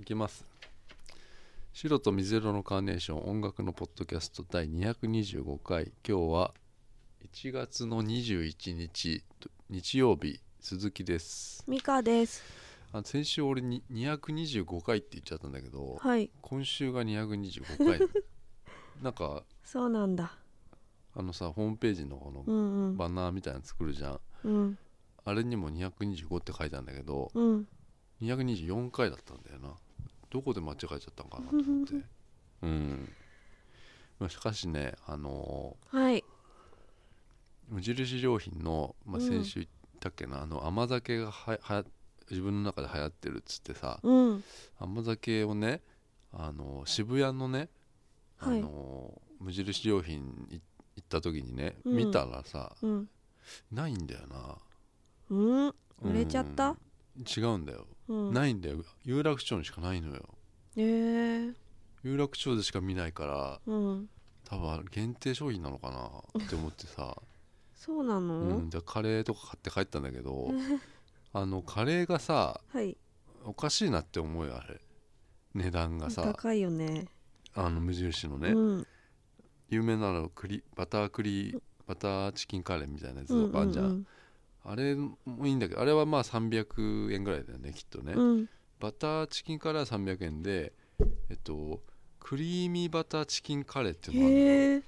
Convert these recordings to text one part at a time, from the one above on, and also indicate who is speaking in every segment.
Speaker 1: いきます白と水色のカーネーション音楽のポッドキャスト第225回今日は1月の21日日曜日鈴木です
Speaker 2: ミカです。
Speaker 1: あの先週俺に225回って言っちゃったんだけど、
Speaker 2: はい、
Speaker 1: 今週が225回なんか
Speaker 2: そうなんだ。
Speaker 1: あのさホームページのこの
Speaker 2: うんうん。
Speaker 1: バナーみたいなの作るじゃん、
Speaker 2: うん
Speaker 1: あれにも225って書いてあるんだけど
Speaker 2: うん。
Speaker 1: 224回だったんだよなどこで間違えちゃったのかなと思って うん、まあ、しかしねあの
Speaker 2: はい。
Speaker 1: ー無印良品の、まあ、
Speaker 2: うん
Speaker 1: 先週言ったっけな、あの甘酒がはは自分の中で流行ってるっつってさ
Speaker 2: うん。
Speaker 1: 甘酒をね、あのー渋谷のね、
Speaker 2: はい
Speaker 1: あのー無印良品い行った時にね、
Speaker 2: うん
Speaker 1: 見たらさ
Speaker 2: うん。
Speaker 1: ないんだよな
Speaker 2: うん。売れちゃった。
Speaker 1: うん違うんだよ、
Speaker 2: うん。
Speaker 1: ないんだよ有楽町にしかないのよ
Speaker 2: ええー。
Speaker 1: 有楽町でしか見ないから
Speaker 2: うん。
Speaker 1: 多分あれ限定商品なのかなって思ってさ、
Speaker 2: そうなの。
Speaker 1: うん、でカレーとか買って帰ったんだけどあのカレーがさ
Speaker 2: はい。
Speaker 1: おかしいなって思うよあれ値段がさ
Speaker 2: 高いよね。
Speaker 1: あの無印のね、
Speaker 2: うん。
Speaker 1: 有名なの栗バター栗バターチキンカレーみたいなやつ
Speaker 2: うん
Speaker 1: とかあんじゃん,、
Speaker 2: うん
Speaker 1: あれもいいんだけどあれはまあ300円ぐらいだよねきっとね、
Speaker 2: うん。うん。
Speaker 1: バターチキンカレーは300円でえっとクリーミーバターチキンカレーっていうのがあるんだよ
Speaker 2: へえ。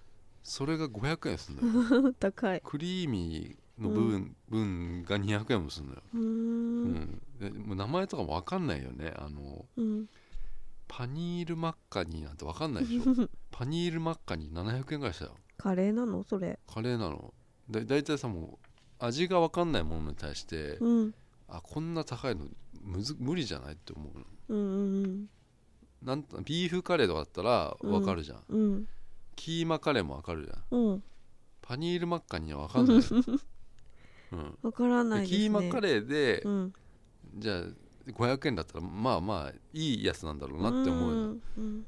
Speaker 1: それが500円するのよ
Speaker 2: 高い。
Speaker 1: クリーミーの部分,、分が200円もするのよ、
Speaker 2: うー。
Speaker 1: うんんでもう名前とかも分かんないよねあの
Speaker 2: うん。
Speaker 1: パニールマッカニーなんて分かんないでしょ パニールマッカニー700円ぐらいしたよ
Speaker 2: カレーなの、それ。
Speaker 1: カレーなのだ大体さもう味が分かんないものに対して、
Speaker 2: うん。
Speaker 1: あこんな高いのむず無理じゃないって思うの
Speaker 2: うんうん
Speaker 1: なんとビーフカレーとかだったら分かるじゃん、
Speaker 2: うん。うん。
Speaker 1: キーマカレーも分かるじゃん
Speaker 2: うん。
Speaker 1: パニールマッカニーは分か んない、うん
Speaker 2: わからない
Speaker 1: で
Speaker 2: です、
Speaker 1: キ
Speaker 2: ね。
Speaker 1: ーマカレーで、
Speaker 2: うん。
Speaker 1: じゃあ500円だったらまあまあいいやつなんだろうなって思うよ、
Speaker 2: ん。うん。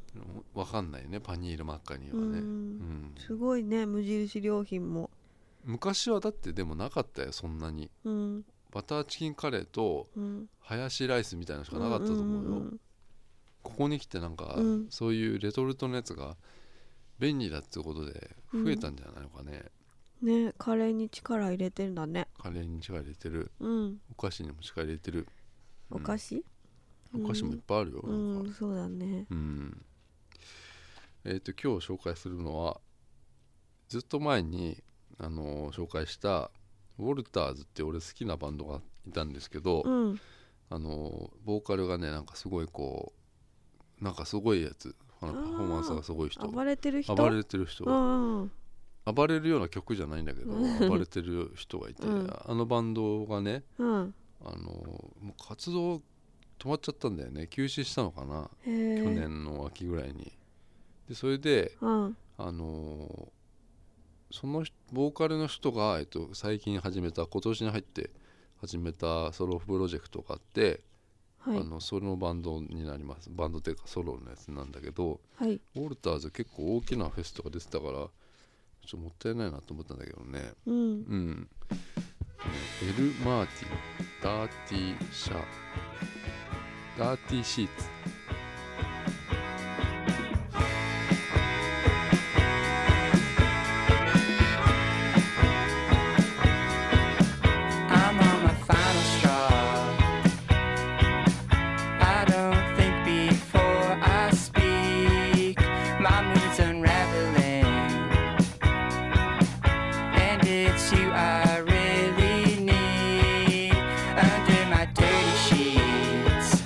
Speaker 1: わかんないねパニールマッカニー
Speaker 2: う
Speaker 1: はね、うん
Speaker 2: ん。すごいね、無印良品も。
Speaker 1: 昔はだってでもなかったよそんなに
Speaker 2: うん。
Speaker 1: バターチキンカレーと
Speaker 2: うん。
Speaker 1: ハヤシライスみたいなのしかなかったと思うよ、
Speaker 2: んんん
Speaker 1: ここに来てなんか、
Speaker 2: うん
Speaker 1: そういうレトルトのやつが便利だってことで増えたんじゃないのかね、
Speaker 2: ねカレーに力入れてんだね
Speaker 1: カレーに力入れてる
Speaker 2: うん
Speaker 1: お菓子にも力入れてる、
Speaker 2: お菓
Speaker 1: 子、
Speaker 2: 子
Speaker 1: お菓子もいっぱいあるよ、
Speaker 2: うん、
Speaker 1: なんか
Speaker 2: そうだね
Speaker 1: うんえっ、と今日紹介するのはずっと前に、あのー紹介したウォルターズって俺好きなバンドがいたんですけど、
Speaker 2: うん
Speaker 1: あのーボーカルがねなんかすごいこうなんかすごいやつあの
Speaker 2: あ
Speaker 1: パ
Speaker 2: ー
Speaker 1: フォーマンスがすごい人
Speaker 2: 暴れてる人
Speaker 1: 暴れてる人、
Speaker 2: うんうん
Speaker 1: 暴れるような曲じゃないんだけど
Speaker 2: うん
Speaker 1: 暴れてる人がいて、
Speaker 2: うん
Speaker 1: あのバンドがね
Speaker 2: うん
Speaker 1: あのもう活動止まっちゃったんだよね休止したのかな、
Speaker 2: へえ
Speaker 1: 去年の秋ぐらいにでそれで
Speaker 2: うん
Speaker 1: あのその人ボーカルの人が、えっと、最近始めた今年に入って始めたソロプロジェクトがあって、
Speaker 2: はい
Speaker 1: あのそのバンドになりますバンドっていうかソロのやつなんだけど
Speaker 2: はい
Speaker 1: ウォルターズ結構大きなフェスとか出てたからちょっともったいないなと思ったんだけどね
Speaker 2: うん
Speaker 1: うん、エル・マーティダーティー・シャーダーティー・シーツ
Speaker 3: I'm on my final straw. I don't think before I speak. My mood's unraveling. And it's you I really need under my dirty sheets.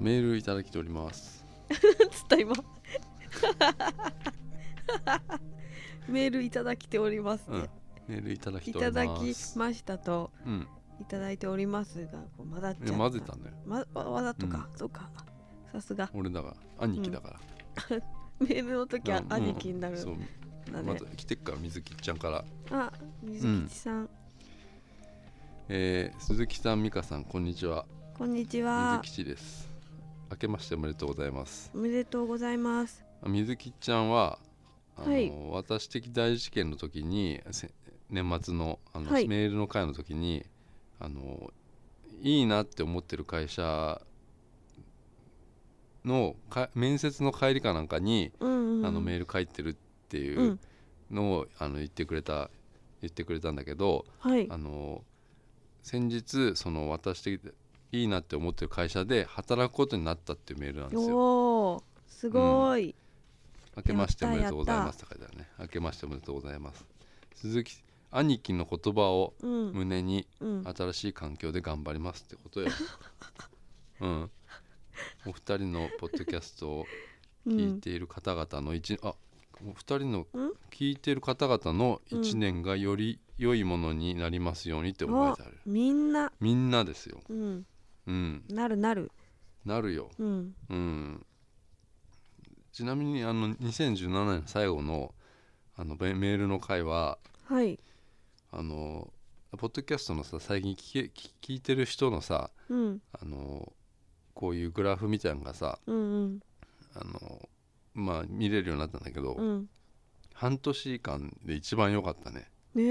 Speaker 1: メールいただきております
Speaker 2: つった今 メールいただきております
Speaker 1: うん
Speaker 2: ね、
Speaker 1: メールいただき
Speaker 2: い
Speaker 1: ており
Speaker 2: ただき
Speaker 1: ます
Speaker 2: ましたと
Speaker 1: うん
Speaker 2: いただいておりますがこう混ざっ
Speaker 1: い
Speaker 2: ち
Speaker 1: や
Speaker 2: ゃ
Speaker 1: 混
Speaker 2: っ
Speaker 1: ぜ
Speaker 2: た
Speaker 1: たんだよ
Speaker 2: まわわざとか、そうかさすが
Speaker 1: 俺だから兄貴だから、
Speaker 2: メールの時は
Speaker 1: うん
Speaker 2: 兄貴になる
Speaker 1: そうん
Speaker 2: だ
Speaker 1: ま
Speaker 2: ね
Speaker 1: ず、来てっから水木ちゃんから、
Speaker 2: あ水吉さん、
Speaker 1: えー鈴木さん美香さんこんにちは
Speaker 2: こんにちは
Speaker 1: 水吉です明けましておめでとうございます
Speaker 2: おめでとうございます
Speaker 1: 水木ちゃんはあの、
Speaker 2: はい
Speaker 1: 私的大事件の時にせ年末のあの、
Speaker 2: はい
Speaker 1: メールの回の時にあのいいなって思ってる会社のか面接の帰りかなんかに、
Speaker 2: うん、うん、
Speaker 1: あのメ
Speaker 2: ー
Speaker 1: ール書いてるっていううんのを、あの言ってくれた言ってくれたんだけど、
Speaker 2: はい
Speaker 1: あの先日その私的いいなって思ってる会社で働くことになったっていうメールなんですよ。
Speaker 2: おおすごい、
Speaker 1: 明けましておめでとうござい
Speaker 2: や
Speaker 1: ま
Speaker 2: っ
Speaker 1: すって書いてあるね。明けましておめでとうございます。鈴木兄貴の言葉を
Speaker 2: うん
Speaker 1: 胸に
Speaker 2: うん
Speaker 1: 新しい環境で頑張りますってことよ。 うん。お二人のポッドキャストを
Speaker 2: う
Speaker 1: 聞い
Speaker 2: ん
Speaker 1: ている方々の一、あお二人の
Speaker 2: うん
Speaker 1: 聞いている方々の一年がより良いものになりますようにって覚えてある。
Speaker 2: みんな
Speaker 1: みんなですよ。
Speaker 2: うん
Speaker 1: うん。
Speaker 2: なるなる
Speaker 1: なるよ。
Speaker 2: うん
Speaker 1: うん。ちなみにあの2017年最後のあのメメールの回は
Speaker 2: はい
Speaker 1: あのポッドキャストのさ最近聞け聞聞いてる人のさ
Speaker 2: うん
Speaker 1: あのこういうグラフみたいなのがさ
Speaker 2: うんうん
Speaker 1: あのまあ見れるようになったんだけど、
Speaker 2: うん
Speaker 1: 半年間で一番良かったね
Speaker 2: ね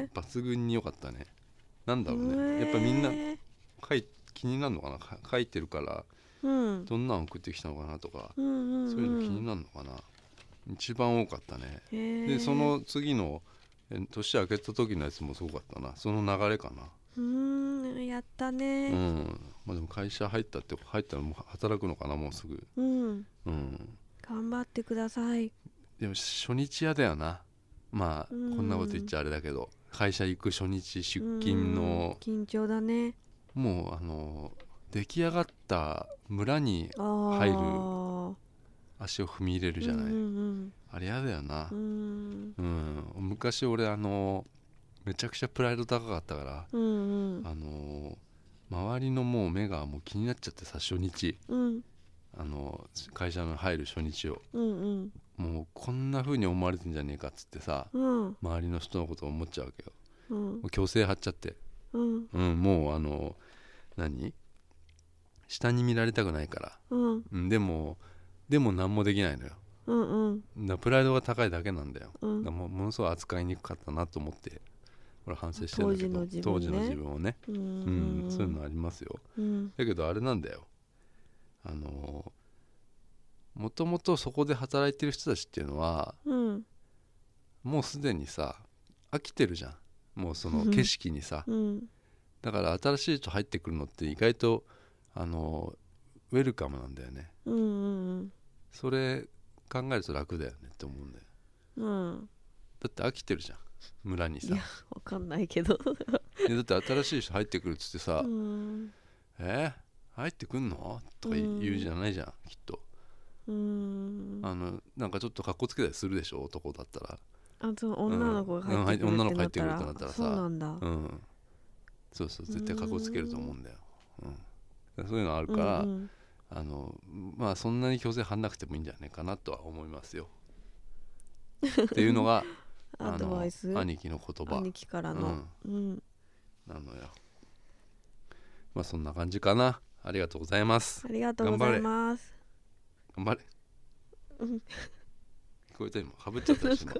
Speaker 2: え
Speaker 1: 抜群に良かったねなんだろう
Speaker 2: ね
Speaker 1: ね
Speaker 2: え
Speaker 1: やっぱみんな書い気になるのかなか書いてるから
Speaker 2: うん
Speaker 1: どんなの送ってきたのかなとか、
Speaker 2: うんうんん
Speaker 1: そういうの気になるのかな一番多かったね
Speaker 2: へえ
Speaker 1: でその次のえ年明けた時のやつもすごかったなその流れかな
Speaker 2: うーんやった
Speaker 1: う
Speaker 2: ね
Speaker 1: んまあでも会社入ったって入ったらもう働くのかなもうすぐ
Speaker 2: うん
Speaker 1: うん
Speaker 2: 頑張ってください
Speaker 1: でも初日やだよなまあこ
Speaker 2: うん
Speaker 1: んなこと言っちゃあれだけど会社行く初日出勤の
Speaker 2: うん緊張だね
Speaker 1: もうあの出来上がった村に
Speaker 2: あー
Speaker 1: 入足を踏み入れるじゃない、
Speaker 2: うん
Speaker 1: あれやだよな
Speaker 2: うんうん
Speaker 1: うん、昔俺あのめちゃくちゃプライド高かったから
Speaker 2: うんうんうん
Speaker 1: あのー周りのもう目がもう気になっちゃってさ初日
Speaker 2: うん
Speaker 1: あのー会社の入る初日を
Speaker 2: うん
Speaker 1: もうこんな風に思われてんじゃねえかっつってさ
Speaker 2: うん
Speaker 1: 周りの人のことを思っちゃうわけよ
Speaker 2: うん
Speaker 1: もう虚勢張っちゃって
Speaker 2: うん
Speaker 1: うんもうあのー何下に見られたくないから、
Speaker 2: うん
Speaker 1: うん、でもでも何もできないのよ
Speaker 2: うんうん
Speaker 1: だからプライドが高いだけなんだよ
Speaker 2: う
Speaker 1: だから
Speaker 2: ん
Speaker 1: もうものすごい扱いにくかったなと思って俺反省してるんだけど
Speaker 2: 当時の自分ね
Speaker 1: 当時の自分をね、
Speaker 2: う
Speaker 1: うんんそういうのありますよ
Speaker 2: うん
Speaker 1: だけどあれなんだよあのもともとそこで働いてる人たちっていうのは
Speaker 2: うん
Speaker 1: もうすでにさ飽きてるじゃんもうその
Speaker 2: うん
Speaker 1: 景色にさ
Speaker 2: うん
Speaker 1: だから新しい人入ってくるのって意外とあのウェルカムなんだよね
Speaker 2: うんうん
Speaker 1: それ考えると楽だよねって思うんだよ
Speaker 2: うんうん
Speaker 1: だって飽きてるじゃん村に
Speaker 2: い
Speaker 1: さ
Speaker 2: やわかんないけど
Speaker 1: でだって新しい人入ってくるっつってさ「
Speaker 2: うん
Speaker 1: えー入ってくんの?」とか言うじゃないじゃんきっと
Speaker 2: うん
Speaker 1: あのなんかちょっとかっこつけたりするでしょ男だったら
Speaker 2: あと女の子が入ってくる
Speaker 1: うん女
Speaker 2: っ
Speaker 1: の子
Speaker 2: てな
Speaker 1: 入
Speaker 2: っ
Speaker 1: って
Speaker 2: た
Speaker 1: くる
Speaker 2: ら,、
Speaker 1: ってなったらさ
Speaker 2: そうなんだ、
Speaker 1: うんそうそう絶対かっこつけると思うんだようんそういうのある
Speaker 2: うん
Speaker 1: から、
Speaker 2: うん
Speaker 1: あのまあそんなに強制はんなくてもいいんじゃないかなとは思いますよっていうの があ
Speaker 2: アド
Speaker 1: の
Speaker 2: バイス
Speaker 1: 兄貴の言葉
Speaker 2: 兄貴からのうん、
Speaker 1: なのよまあそんな感じかなありがとうございます
Speaker 2: ありがとうございます
Speaker 1: 頑張れ
Speaker 2: うん
Speaker 1: 聞こえた今かぶっちゃったし今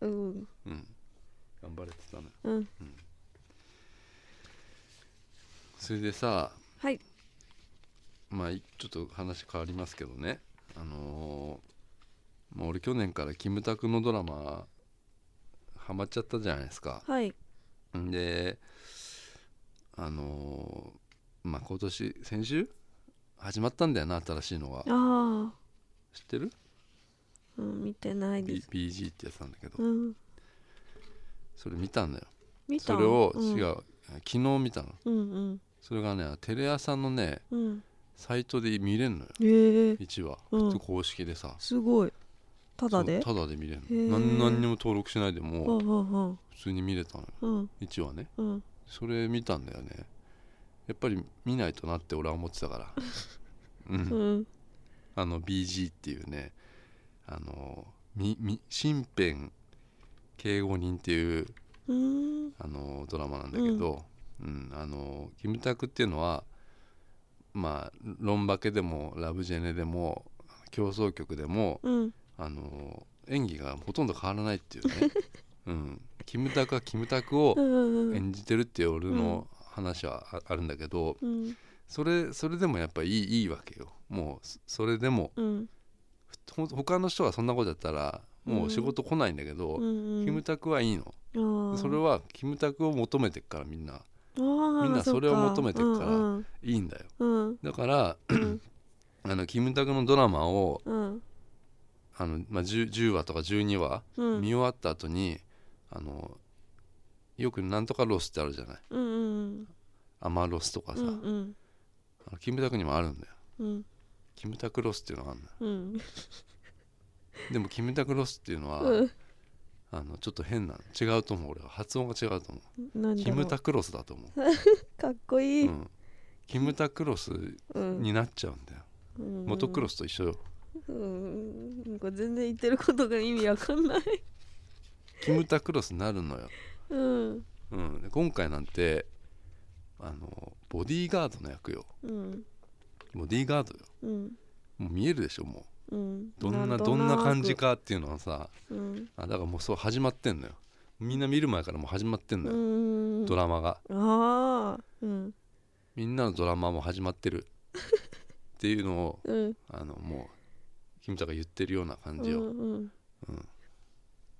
Speaker 2: うん
Speaker 1: うん頑張れって言ったのよ
Speaker 2: うん
Speaker 1: それでさ
Speaker 2: はい
Speaker 1: まあいちょっと話変わりますけどねあのーまあ、俺去年からキムタクのドラマハマっちゃったじゃないですか
Speaker 2: はい
Speaker 1: んであのーまあ今年先週始まったんだよな新しいのが
Speaker 2: ああ、
Speaker 1: 知ってる、
Speaker 2: うん、見てないで
Speaker 1: B、
Speaker 2: す
Speaker 1: ?BG ってやつなんだけど
Speaker 2: うん
Speaker 1: それ見たんだよ
Speaker 2: 見た
Speaker 1: それを
Speaker 2: ん
Speaker 1: 違う、昨日見たの
Speaker 2: うんうん
Speaker 1: それがねテレ朝のね
Speaker 2: うん
Speaker 1: サイトで見れんのよ
Speaker 2: えー、
Speaker 1: 1話、
Speaker 2: うん
Speaker 1: 公式でさ
Speaker 2: すごい。ただで
Speaker 1: そうタダで見れる
Speaker 2: へー
Speaker 1: の何何にも登録しないで
Speaker 2: う
Speaker 1: も
Speaker 2: ん
Speaker 1: う
Speaker 2: うん
Speaker 1: 普通に見れたのよ
Speaker 2: うん
Speaker 1: 1話ね
Speaker 2: うん。
Speaker 1: それ見たんだよねやっぱり見ないとなって俺は思ってたからう
Speaker 2: うんん。
Speaker 1: あの BG っていうねあのみみ身辺警護人っていう
Speaker 2: うん。
Speaker 1: あのドラマなんだけど、うんあのキムタクっていうのはまあロンバケでもラブジェネでも競争曲でも
Speaker 2: うん。
Speaker 1: あの演技がほとんど変わらないっていうね、 うん、キムタクはキムタクを
Speaker 2: うん。うん。
Speaker 1: 演じてるっていう俺の話はああるんだけど
Speaker 2: うん。
Speaker 1: それそれでもやっぱいいいいわけよもうそそれでも
Speaker 2: うん。
Speaker 1: ほ他の人がそんなことやったらもう仕事来ないんだけど、
Speaker 2: うん。
Speaker 1: キムタクはいいの、
Speaker 2: ああ。
Speaker 1: それはキムタクを求めてっからみんな
Speaker 2: み
Speaker 1: みんなそれを求めてるから
Speaker 2: うん
Speaker 1: いいんだよ
Speaker 2: うん
Speaker 1: だから
Speaker 2: うん
Speaker 1: あのキムタクのドラマを
Speaker 2: うん
Speaker 1: あの、まあ、10, 10話とか12話
Speaker 2: うん
Speaker 1: 見終わった後に、あのよくなんとかロスってあるじゃない
Speaker 2: うんうん
Speaker 1: アマロスとか
Speaker 2: う
Speaker 1: さ、
Speaker 2: んうん
Speaker 1: あのキムタクにもあるんだよ
Speaker 2: うん
Speaker 1: キムタクロスっていうのがあるんだよ
Speaker 2: うん
Speaker 1: でもキムタクロスっていうのは、
Speaker 2: うん
Speaker 1: あのちょっと変なの違うと思う俺は発音が違うと思う
Speaker 2: なんだ
Speaker 1: キ
Speaker 2: ろ
Speaker 1: ム
Speaker 2: う
Speaker 1: タクロスだと思う
Speaker 2: かっこいい
Speaker 1: うん、キムタクロス
Speaker 2: うん
Speaker 1: になっちゃうんだよ、
Speaker 2: うん
Speaker 1: モトクロスと一緒よ
Speaker 2: うんなんか全然言ってることが意味わかんない
Speaker 1: キムタクロスになるのよ、
Speaker 2: うん
Speaker 1: うん、で今回なんてあのボディーガードの役よ
Speaker 2: うん
Speaker 1: ボディーガードよ
Speaker 2: うん
Speaker 1: もう見えるでしょも
Speaker 2: うん
Speaker 1: うどんな
Speaker 2: なんと
Speaker 1: どん
Speaker 2: く
Speaker 1: な感じかっていうのはさ
Speaker 2: うん
Speaker 1: あだからもうそう始まってんのよみんな見る前からもう始まってん
Speaker 2: う
Speaker 1: のよ、
Speaker 2: ん
Speaker 1: ドラマが
Speaker 2: ああうん
Speaker 1: みんなのドラマも始まってるっていうのを
Speaker 2: うん
Speaker 1: あのもうキムタが言ってるような感
Speaker 2: う
Speaker 1: じを、
Speaker 2: ん
Speaker 1: うん、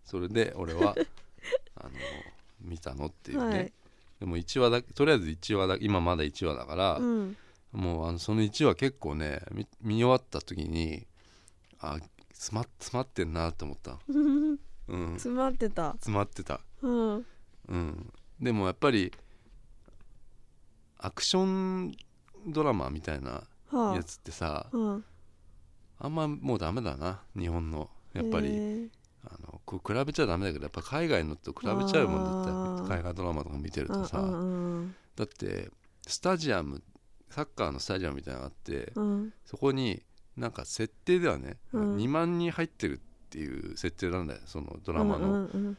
Speaker 1: それで俺はあの見たのっていうね、
Speaker 2: はい
Speaker 1: でも1話だけとりあえず1話だけ今まだ1話だから、
Speaker 2: うん
Speaker 1: もうあのその1話結構ね見見終わった時にあ詰ま詰まってんなと思った、
Speaker 2: うん
Speaker 1: うん、詰
Speaker 2: 詰まってた
Speaker 1: まってた、
Speaker 2: うん
Speaker 1: うん、でもやっぱりアクションドラマみたいな
Speaker 2: は
Speaker 1: やつってさ
Speaker 2: あうん
Speaker 1: あんまもうダメだな日本のやっぱり、
Speaker 2: へえ
Speaker 1: あのこう比べちゃダメだけどやっぱ海外のと比べちゃうもんだ
Speaker 2: あ
Speaker 1: っ
Speaker 2: ー
Speaker 1: て海外ドラマとか見てるとさ、
Speaker 2: うんうん
Speaker 1: だってスタジアムサッカーのスタジアムみたいなのがあって、
Speaker 2: うんうん
Speaker 1: そこになんか設定ではね、
Speaker 2: うん
Speaker 1: 2万人入ってるっていう設定なんだよそのドラマの、
Speaker 2: うんうん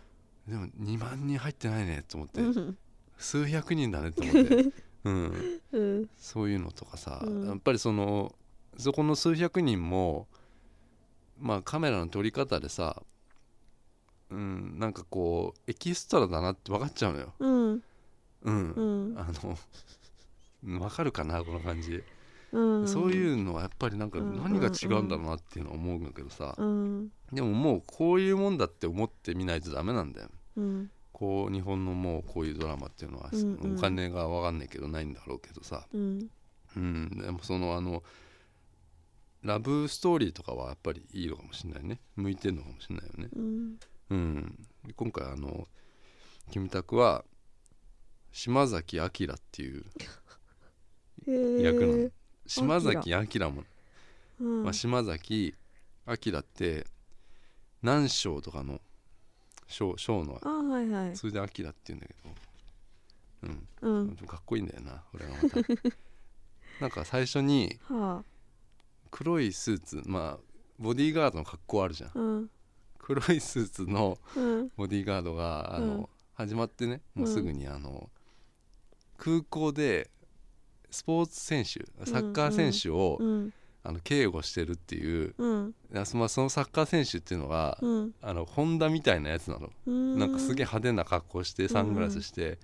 Speaker 1: でも2万人入ってないねと思って、
Speaker 2: うん
Speaker 1: 数百人だねと思 って、うん、
Speaker 2: うん
Speaker 1: そういうのとかさ、
Speaker 2: うん
Speaker 1: やっぱりそのそこの数百人もまあカメラの撮り方でさうんなんかこうエキストラだなって分かっちゃうのよ
Speaker 2: うん
Speaker 1: うん、
Speaker 2: うん
Speaker 1: あの分かるかなこの感じ、
Speaker 2: うん
Speaker 1: そういうのはやっぱりなんか
Speaker 2: うん
Speaker 1: 何が違うんだろうなっていうのは思うんだけどさ、
Speaker 2: うん
Speaker 1: でももうこういうもんだって思ってみないとダメなんだよ
Speaker 2: うん
Speaker 1: こう日本のもうこういうドラマっていうのは、
Speaker 2: うんうん
Speaker 1: お金が分かんないけどないんだろうけどさ、
Speaker 2: うん
Speaker 1: うん、でもそのあのラブストーリーとかはやっぱりいいのかもしれないね向いてるのかもしれないよね、
Speaker 2: うん
Speaker 1: うん、で今回あのキムタクは島崎明っていう
Speaker 2: へえ
Speaker 1: 役なの、島崎明も、
Speaker 2: うん
Speaker 1: まあ、島崎明って南章とかの章章の
Speaker 2: あはいはい
Speaker 1: それで明って言うんだけど、うん、
Speaker 2: うん
Speaker 1: でもかっこいいんだよな俺がまたなんか最初に
Speaker 2: は
Speaker 1: 黒いスーツまあボディーガードの格好あるじゃん
Speaker 2: あうん
Speaker 1: 黒いスーツの
Speaker 2: うん
Speaker 1: ボディーガードがあの、
Speaker 2: うん
Speaker 1: 始まってねもうすぐにあの、空港でスポーツ選手サッカー選手を、
Speaker 2: うん
Speaker 1: あの警護してるっていう
Speaker 2: うん
Speaker 1: あそ,、まあ、そのサッカー選手っていうのが、
Speaker 2: うん
Speaker 1: あのホンダみたいなやつなの、
Speaker 2: うん
Speaker 1: なんかすげえ派手な格好してサングラスして、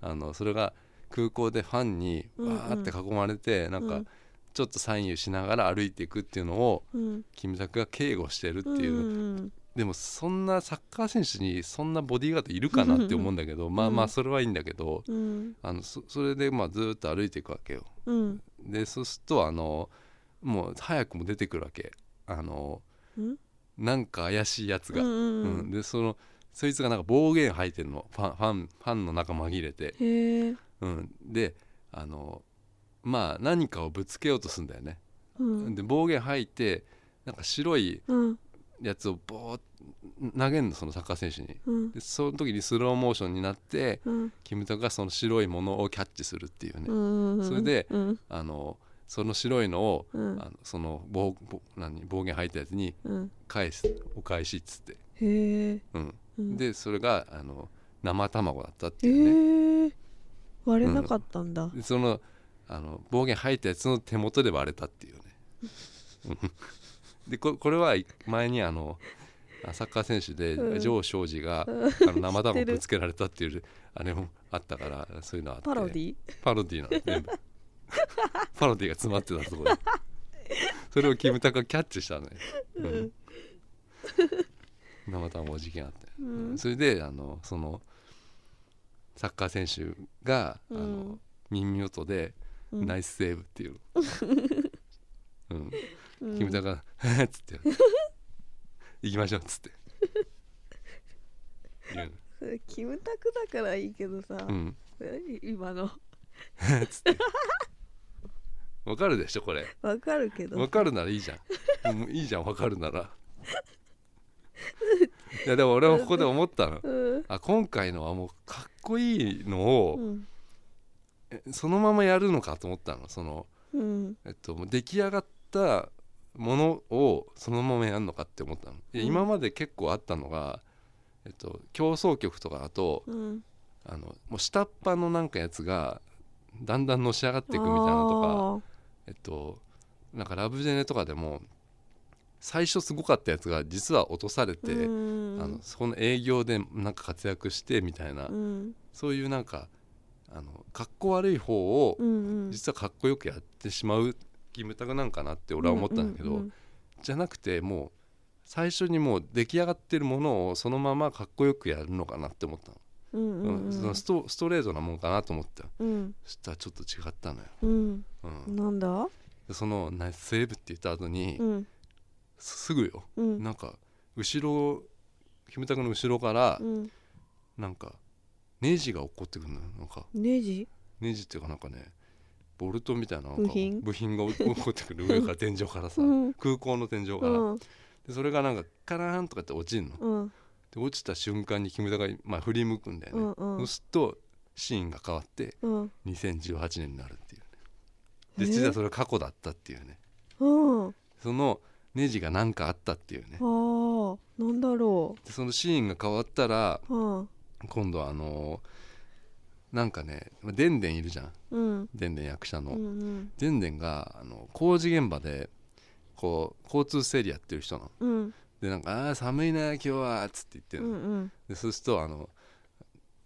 Speaker 1: あのそれが空港でファンに
Speaker 2: うんうん
Speaker 1: わーって囲まれて、なん
Speaker 2: う
Speaker 1: か
Speaker 2: ん
Speaker 1: ちょっと左右しながら歩いていくっていうのを
Speaker 2: うん
Speaker 1: キムタクが警護してるっていう、
Speaker 2: うん
Speaker 1: でもそんなサッカー選手にそんなボディーガードいるかなって思うんだけどまあまあそれはいいんだけど
Speaker 2: うん
Speaker 1: あのそそれでまあずーっと歩いていくわけよ
Speaker 2: うん
Speaker 1: でそうするとあのもう早くも出てくるわけあの
Speaker 2: うん
Speaker 1: なんか怪しいやつ
Speaker 2: う
Speaker 1: が、
Speaker 2: んう
Speaker 1: うん
Speaker 2: ん
Speaker 1: でそのそいつがなんか暴言吐いてるのファンファンファンの中紛れて、
Speaker 2: へえ
Speaker 1: うん、であのまあ何かをぶつけようとするんだよね、
Speaker 2: うん
Speaker 1: で暴言吐いてなんか白い
Speaker 2: うん
Speaker 1: やつをボーッ投げんのそのサッカー選手に
Speaker 2: うん
Speaker 1: でその時にスローモーションになって
Speaker 2: うん
Speaker 1: キムタクがその白いものをキャッチするっていうね、
Speaker 2: うん
Speaker 1: それで
Speaker 2: うん
Speaker 1: あのその白いのを、
Speaker 2: うん
Speaker 1: あのその暴暴何暴言吐いたやつに
Speaker 2: うん
Speaker 1: 返すお返しっつって、
Speaker 2: へえ
Speaker 1: うん
Speaker 2: うん
Speaker 1: でそれがあの生卵だったっていうね、
Speaker 2: へえ割れなかったんだ
Speaker 1: でそのあの暴言吐いたやつの手元で割れたっていうね うんでここれは前にあのあサッカー選手で
Speaker 2: うん
Speaker 1: 城彰二が、
Speaker 2: うん
Speaker 1: あの生
Speaker 2: 知っ
Speaker 1: 卵
Speaker 2: てる
Speaker 1: ぶつけられたっていうあれもあったからそういうのあって
Speaker 2: パロディ
Speaker 1: パロディなんです全部 パロディが詰まってたところでそれをキムタクがキャッチしたのね、うん
Speaker 2: うん
Speaker 1: 生卵事件あって、
Speaker 2: うん
Speaker 1: それであのそのサッカー選手が、あ
Speaker 2: うん
Speaker 1: の耳元で
Speaker 2: うん
Speaker 1: ナイスセーブっていう、うん、
Speaker 2: うん
Speaker 1: キムタクが「へへっつって「行きましょう」っつ って言う
Speaker 2: それキムタクだからいいけどさ
Speaker 1: のうん
Speaker 2: え今の
Speaker 1: へへっつってわかるでしょこれ
Speaker 2: わかるけど
Speaker 1: わかるならいいじゃんうんいいじゃんわかるならいやでも俺はここで思ったの
Speaker 2: うん
Speaker 1: あ今回のはもうかっこいいの
Speaker 2: う
Speaker 1: を
Speaker 2: ん
Speaker 1: えそのままやるのかと思ったのその
Speaker 2: うん
Speaker 1: えっと、もう出来上がったものをそのままやるのかって思ったの、いや
Speaker 2: うん
Speaker 1: 今まで結構あったのが、えっと、競争曲とかだと
Speaker 2: うん
Speaker 1: あのもう下っ端のなんかやつがだんだんのし上がっていくみたいなのとかえっとなんかラブジェネとかでも最初すごかったやつが実は落とされて、
Speaker 2: うん
Speaker 1: あのそこの営業でなんか活躍してみたいな、
Speaker 2: うん
Speaker 1: そういうなんかあのかっこ悪い方を
Speaker 2: うんうん
Speaker 1: 実はかっこよくやってしまうキムタクなんかなって俺は思ったんだけど、
Speaker 2: うん
Speaker 1: じゃなくてもう最初にもう出来上がってるものをそのままかっこよくやるのかなって思ったの、
Speaker 2: うんうんうん
Speaker 1: そのストストレートなもんかなと思った
Speaker 2: うん
Speaker 1: そしたらちょっと違ったのよ、
Speaker 2: うん
Speaker 1: うん
Speaker 2: なんだ
Speaker 1: でその「ナイスセーブ」って言った後に、
Speaker 2: うん
Speaker 1: すぐよ
Speaker 2: うん
Speaker 1: なんか後ろキムタクの後ろから
Speaker 2: うん
Speaker 1: なんかネジが落っこってくるのよなんか
Speaker 2: ネジ
Speaker 1: ネジっていうかなんかねボルトみたいななんか
Speaker 2: 部品
Speaker 1: 部品が落っこってく る上から天井からさ、
Speaker 2: うん
Speaker 1: 空港の天井
Speaker 2: う
Speaker 1: から、
Speaker 2: ん
Speaker 1: でそれがなんかカラーンとかって落ちるの、
Speaker 2: うん
Speaker 1: で落ちた瞬間にキムタクが、まあ、振り向くんだよね、
Speaker 2: うんうん
Speaker 1: そうするとシーンが変わって
Speaker 2: うん
Speaker 1: 2018年になるっていうね
Speaker 2: え
Speaker 1: で実はそれは過去だったっていうね
Speaker 2: うん
Speaker 1: そのネジが何かあったっていうね
Speaker 2: ああなんだろ
Speaker 1: でそのシーンが変わったら
Speaker 2: ううん
Speaker 1: 今度はあのーなんかねまあでんでんいるじゃん
Speaker 2: うん
Speaker 1: でんでん役者
Speaker 2: う
Speaker 1: の、
Speaker 2: んうん
Speaker 1: でんでんがあの工事現場でこう交通整理やってる人なの
Speaker 2: うん
Speaker 1: でなんか「あー寒いな今日は」っつって言って
Speaker 2: う
Speaker 1: る
Speaker 2: ん
Speaker 1: の、
Speaker 2: うん
Speaker 1: でそうするとあの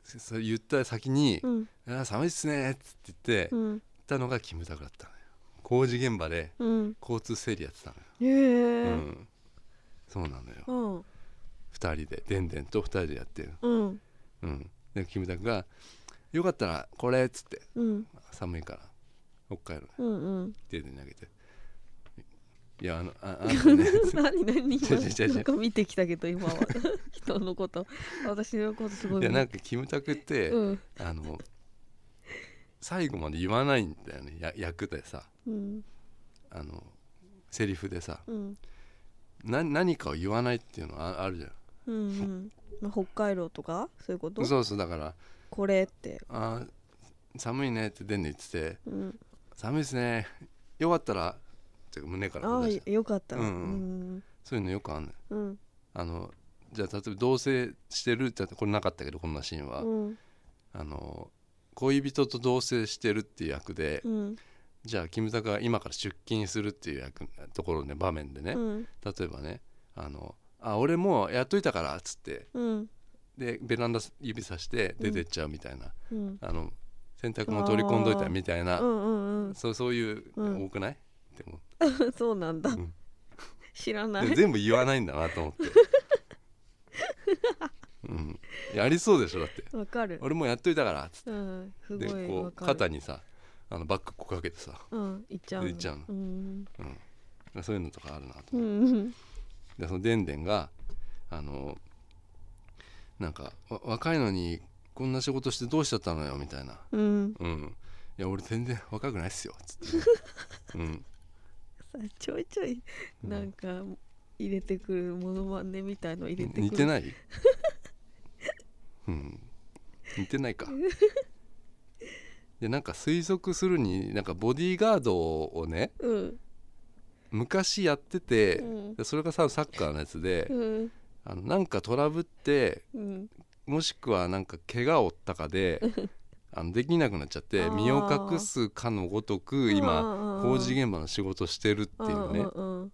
Speaker 1: そそれ言った先に
Speaker 2: うん
Speaker 1: あー寒いっすねーっつって言って
Speaker 2: う
Speaker 1: 行っ
Speaker 2: ん
Speaker 1: たのがキムタクだったのよ工事現場で
Speaker 2: うん
Speaker 1: 交通整理やってたのよ、
Speaker 2: へ
Speaker 1: う
Speaker 2: え
Speaker 1: ん、そうなのよ
Speaker 2: うん
Speaker 1: 2人ででんでんと2人でやってる、
Speaker 2: うん
Speaker 1: うん、でキムタクが「よかったらこれ」っつって
Speaker 2: うん
Speaker 1: 「寒いから北海道
Speaker 2: うんうん
Speaker 1: ででんでん投げて「いやあのああん たね
Speaker 2: 何何今
Speaker 1: 違う違う違う
Speaker 2: なんか見てきたけど今は人のこと私のことすごい
Speaker 1: いや
Speaker 2: 見
Speaker 1: なんかキムタクって、
Speaker 2: うん
Speaker 1: あの最後まで言わないんだよねや役でさ
Speaker 2: うん
Speaker 1: あのセリフでさ
Speaker 2: うん
Speaker 1: な何かを言わないっていうのはああるじゃん
Speaker 2: うんうんまあ北海道とかそういうこと
Speaker 1: そうそうだから
Speaker 2: これって
Speaker 1: 「あー寒いね」ってデンで言ってて
Speaker 2: うん
Speaker 1: 「寒いですねよかったら」って胸から
Speaker 2: あ
Speaker 1: こう
Speaker 2: あ
Speaker 1: 出して
Speaker 2: よかった
Speaker 1: う
Speaker 2: うんん
Speaker 1: そういうのよくあんねん
Speaker 2: うん
Speaker 1: あのじゃあ例えば同棲してるってこれなかったけどこんなシーンは、
Speaker 2: うん
Speaker 1: あの恋人と同棲してるっていう役で、
Speaker 2: うん
Speaker 1: じゃあキムタクが今から出勤するっていう役ところね場面でね、
Speaker 2: うん
Speaker 1: 例えばねあのあ俺もうやっといたからっつって
Speaker 2: うん
Speaker 1: でベランダ指さして出てっちゃうみたいな、
Speaker 2: うん
Speaker 1: あの洗濯も取り込んどいたみたいな、
Speaker 2: うんうん
Speaker 1: そうそういう、
Speaker 2: うん
Speaker 1: 多くないでも、
Speaker 2: うんそうなんだ
Speaker 1: うん
Speaker 2: 知ら
Speaker 1: で
Speaker 2: ない
Speaker 1: 全部言わないんだなと思 って、うん、やりそうでしょだって
Speaker 2: わかる
Speaker 1: 俺もうやっといたからっつ
Speaker 2: うんす
Speaker 1: って
Speaker 2: ご
Speaker 1: で
Speaker 2: い
Speaker 1: こ
Speaker 2: わ
Speaker 1: う
Speaker 2: かる
Speaker 1: 肩にさあのバッグこうかけてさ
Speaker 2: うん行っちゃうの
Speaker 1: 行っちゃうの
Speaker 2: うん
Speaker 1: そういうのとかあるなと思って
Speaker 2: う、ん
Speaker 1: でそのでんでんがあのなんかわ若いのにこんな仕事してどうしちゃったのよみたいな、
Speaker 2: うん
Speaker 1: うん、いや俺全然若くないっすよ」つってね、うん
Speaker 2: さちょいちょいなんか入れてくるモノマネみたい の入れてくる
Speaker 1: 似てないうん似てないか でなんか推測するになんかボディーガードをね
Speaker 2: うん
Speaker 1: 昔やってて、
Speaker 2: うん
Speaker 1: でそれがさサッカーのやつで、
Speaker 2: うん
Speaker 1: あのなんかトラブって
Speaker 2: うん
Speaker 1: もしくはなんか怪我を負ったか であのできなくなっちゃって
Speaker 2: あー
Speaker 1: 身を隠すかのごとく今
Speaker 2: あー
Speaker 1: 工事現場の仕事してるっていうね
Speaker 2: うんうん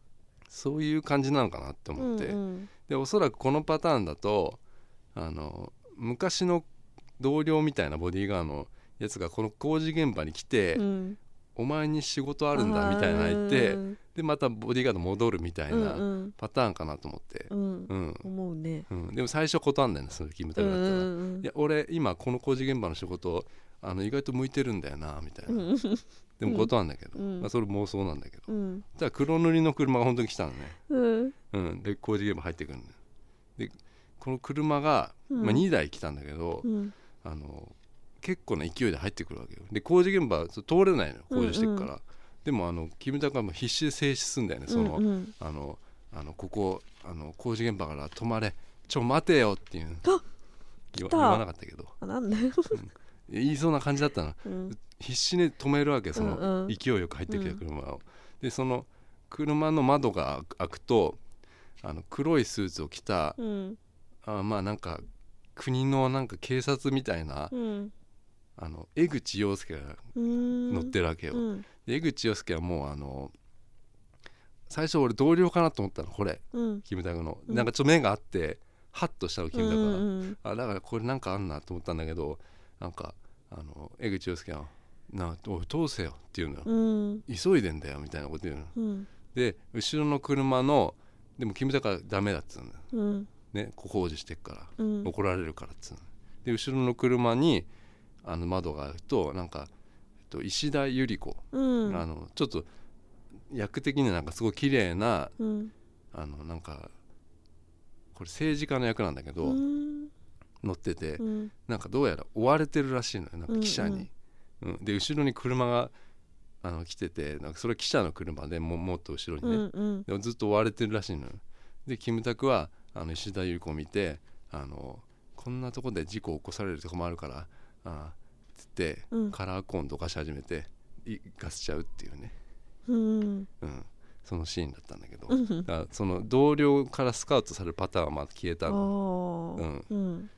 Speaker 1: そういう感じなのかなって
Speaker 2: うん
Speaker 1: 思って、
Speaker 2: うん
Speaker 1: でおそらくこのパターンだとあの昔の同僚みたいなボディーガーのやつがこの工事現場に来て「
Speaker 2: うん
Speaker 1: お前に仕事あるんだ」みたいな言って、
Speaker 2: うん
Speaker 1: でまたボディーガード戻るみたい
Speaker 2: うん
Speaker 1: な
Speaker 2: うん
Speaker 1: パターンかなと思って、
Speaker 2: うん
Speaker 1: うん
Speaker 2: 思うね
Speaker 1: うんでも最初断んだよねその勤務
Speaker 2: う
Speaker 1: 態
Speaker 2: ん
Speaker 1: 度だっ
Speaker 2: う
Speaker 1: たら。
Speaker 2: ん
Speaker 1: いや俺今この工事現場の仕事あの意外と向いてるんだよなみたいな、
Speaker 2: うん
Speaker 1: でもことなんだけど、
Speaker 2: うん
Speaker 1: まあ、それ妄想なんだけど、
Speaker 2: うん
Speaker 1: ただ黒塗りの車が本当に来たのね、
Speaker 2: うん
Speaker 1: うん、で工事現場入ってくるのよでこの車が、
Speaker 2: うん
Speaker 1: まあ、2台来たんだけど、
Speaker 2: うん
Speaker 1: あの結構な勢いで入ってくるわけよで工事現場そう通れないの工事してくから、でもあのキムタクはもう必死で制止すんだよねその、
Speaker 2: うんうん
Speaker 1: あのあのここあの工事現場から止まれちょ待てよっていう
Speaker 2: あ
Speaker 1: 言わ
Speaker 2: た
Speaker 1: 言わなかったけど
Speaker 2: あなんだよ
Speaker 1: 言いそうな感じだったの
Speaker 2: うん
Speaker 1: 必死に止めるわけそ
Speaker 2: うん
Speaker 1: の
Speaker 2: うん
Speaker 1: 勢いよく入ってきた車を、でその車の窓が開くとあの黒いスーツを着た、
Speaker 2: うん
Speaker 1: あまあなんか国のなんか警察みたいな、
Speaker 2: うん
Speaker 1: あの江口洋介が乗
Speaker 2: 乗
Speaker 1: ってるわけよ、
Speaker 2: うん
Speaker 1: で江口洋介はもうあの最初俺同僚かなと思ったのこれ
Speaker 2: うん
Speaker 1: キムタクの、
Speaker 2: うん
Speaker 1: なんかちょっと目があってハッとしたのキムタクが、
Speaker 2: うん
Speaker 1: あだからこれなんかあんなと思ったんだけどなんかあの江口洋介は「なあおい通せよ」って言うのよ、
Speaker 2: うん
Speaker 1: 急いでんだよみたいなこと言うの
Speaker 2: うん
Speaker 1: で後ろの車のでもキムタクはダメだっつうのよ
Speaker 2: うん
Speaker 1: ねこう工事してっから、
Speaker 2: うん
Speaker 1: 怒られるからっつうので後ろの車にあの窓があるとなんか、えっと、石田ゆり子、
Speaker 2: うん
Speaker 1: あのちょっと役的にはなんかすごい綺麗な
Speaker 2: うん
Speaker 1: あのなんかこれ政治家の役なんだけど、
Speaker 2: うん
Speaker 1: 乗ってて、
Speaker 2: うん
Speaker 1: なんかどうやら追われてるらしいのよなんか記者に、うんで後ろに車があの来ててなんかそれは記者の車でももっと後ろに
Speaker 2: う
Speaker 1: ね、
Speaker 2: んうん
Speaker 1: でもずっと追われてるらしいのよでキムタクはあの石田ゆり子を見てあのこんなとこで事故起こされると困るからあーつって、
Speaker 2: うん
Speaker 1: カラーコーンどかし始めていガスしちゃうっていうね、
Speaker 2: うん
Speaker 1: うん、そのシーンだったんだけど、
Speaker 2: うん
Speaker 1: だからその同僚からスカウトされるパターンはまだ消えたの
Speaker 2: ああうん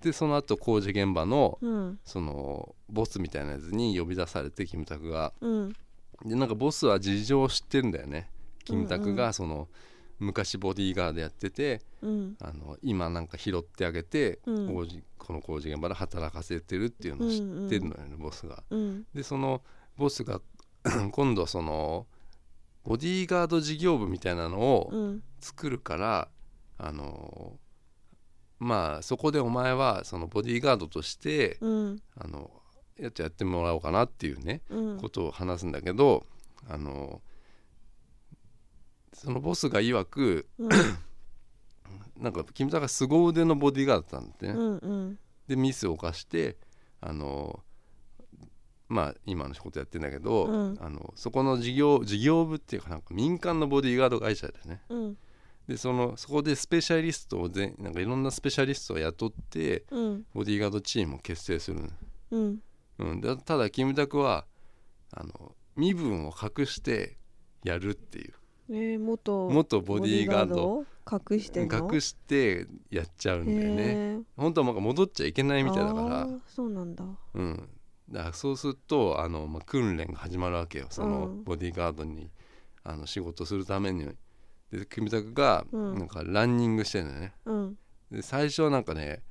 Speaker 1: でその後工事現場の
Speaker 2: うん
Speaker 1: そのボスみたいなやつに呼び出されてキムタクが
Speaker 2: うん
Speaker 1: でなんかボスは事情を知ってんだよねキムタク
Speaker 2: うんう
Speaker 1: がその昔ボディーガードやってて
Speaker 2: うん
Speaker 1: あの今なんか拾ってあげて、
Speaker 2: うん
Speaker 1: 工事この工事現場で働かせてるっていうのを知ってるのよね、ボスが。
Speaker 2: うん
Speaker 1: でそのボスが 今度そのボディーガード事業部みたいなのを
Speaker 2: うん
Speaker 1: 作るから、あのまあそこでお前はそのボディーガードとして、
Speaker 2: うん
Speaker 1: あのやっとやってもらおうかなっていうね、
Speaker 2: うん
Speaker 1: ことを話すんだけどあのそのボスが曰くなんかキムタクが凄腕のボディーガードだったんで、ね
Speaker 2: うんうん
Speaker 1: でミスを犯してあのまあ今の仕事やってんだけど、
Speaker 2: うん
Speaker 1: あのそこの事業事業部っていうかなんか民間のボディーガード会社でね
Speaker 2: うん
Speaker 1: でそのそこでスペシャリストを全なんかいろんなスペシャリストを雇って
Speaker 2: うん
Speaker 1: ボディーガードチームを結成するのよ
Speaker 2: うん
Speaker 1: うん、だただキムタクはあの身分を隠してやるっていう
Speaker 2: えー、元
Speaker 1: 元ボディーガード
Speaker 2: ボディーガード隠してんの
Speaker 1: 隠してやっちゃうんだよね
Speaker 2: へー
Speaker 1: 本当はなんか戻っちゃいけないみたいだから
Speaker 2: あーそうなんだ
Speaker 1: うん、だからそうするとあの、まあ、訓練が始まるわけよそうの
Speaker 2: ん
Speaker 1: ボディーガードにあの仕事するためにでキムタクが
Speaker 2: うん
Speaker 1: なんかランニングしてるんだよね
Speaker 2: うん
Speaker 1: で最初はなんかね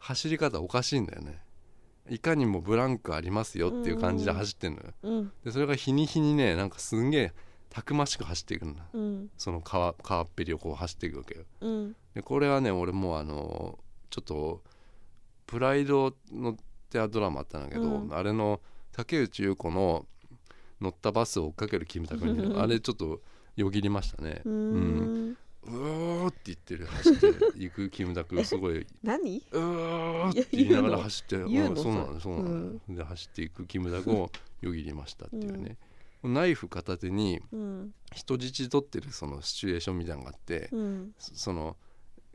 Speaker 1: 走り方おかしいんだよねいかにもブランクありますよっていう感じで走ってんのよ、
Speaker 2: うん
Speaker 1: でそれが日に日にねなんかすんげえたくましく走っていくんだ
Speaker 2: うん
Speaker 1: その川川っぺりをこう走っていくわけよ
Speaker 2: うん
Speaker 1: でこれはね俺もうあのちょっと「プライド」のテアドラマあったんだけど、
Speaker 2: うん
Speaker 1: あれの竹内優子の乗ったバスを追っかけるキムタクにあれちょっとよぎりましたね
Speaker 2: うーん
Speaker 1: うおーって言ってる走って行くキムタクがすごい
Speaker 2: 何
Speaker 1: うおーって言いながら走って
Speaker 2: いや言うの
Speaker 1: うんそうなの
Speaker 2: そ
Speaker 1: そう
Speaker 2: れ
Speaker 1: なの、で走っていくキムタクをよぎりましたっていうね、ナイフ片手に
Speaker 2: うん
Speaker 1: 人質取ってるそのシチュエーションみたいなのがあって、
Speaker 2: うん
Speaker 1: そその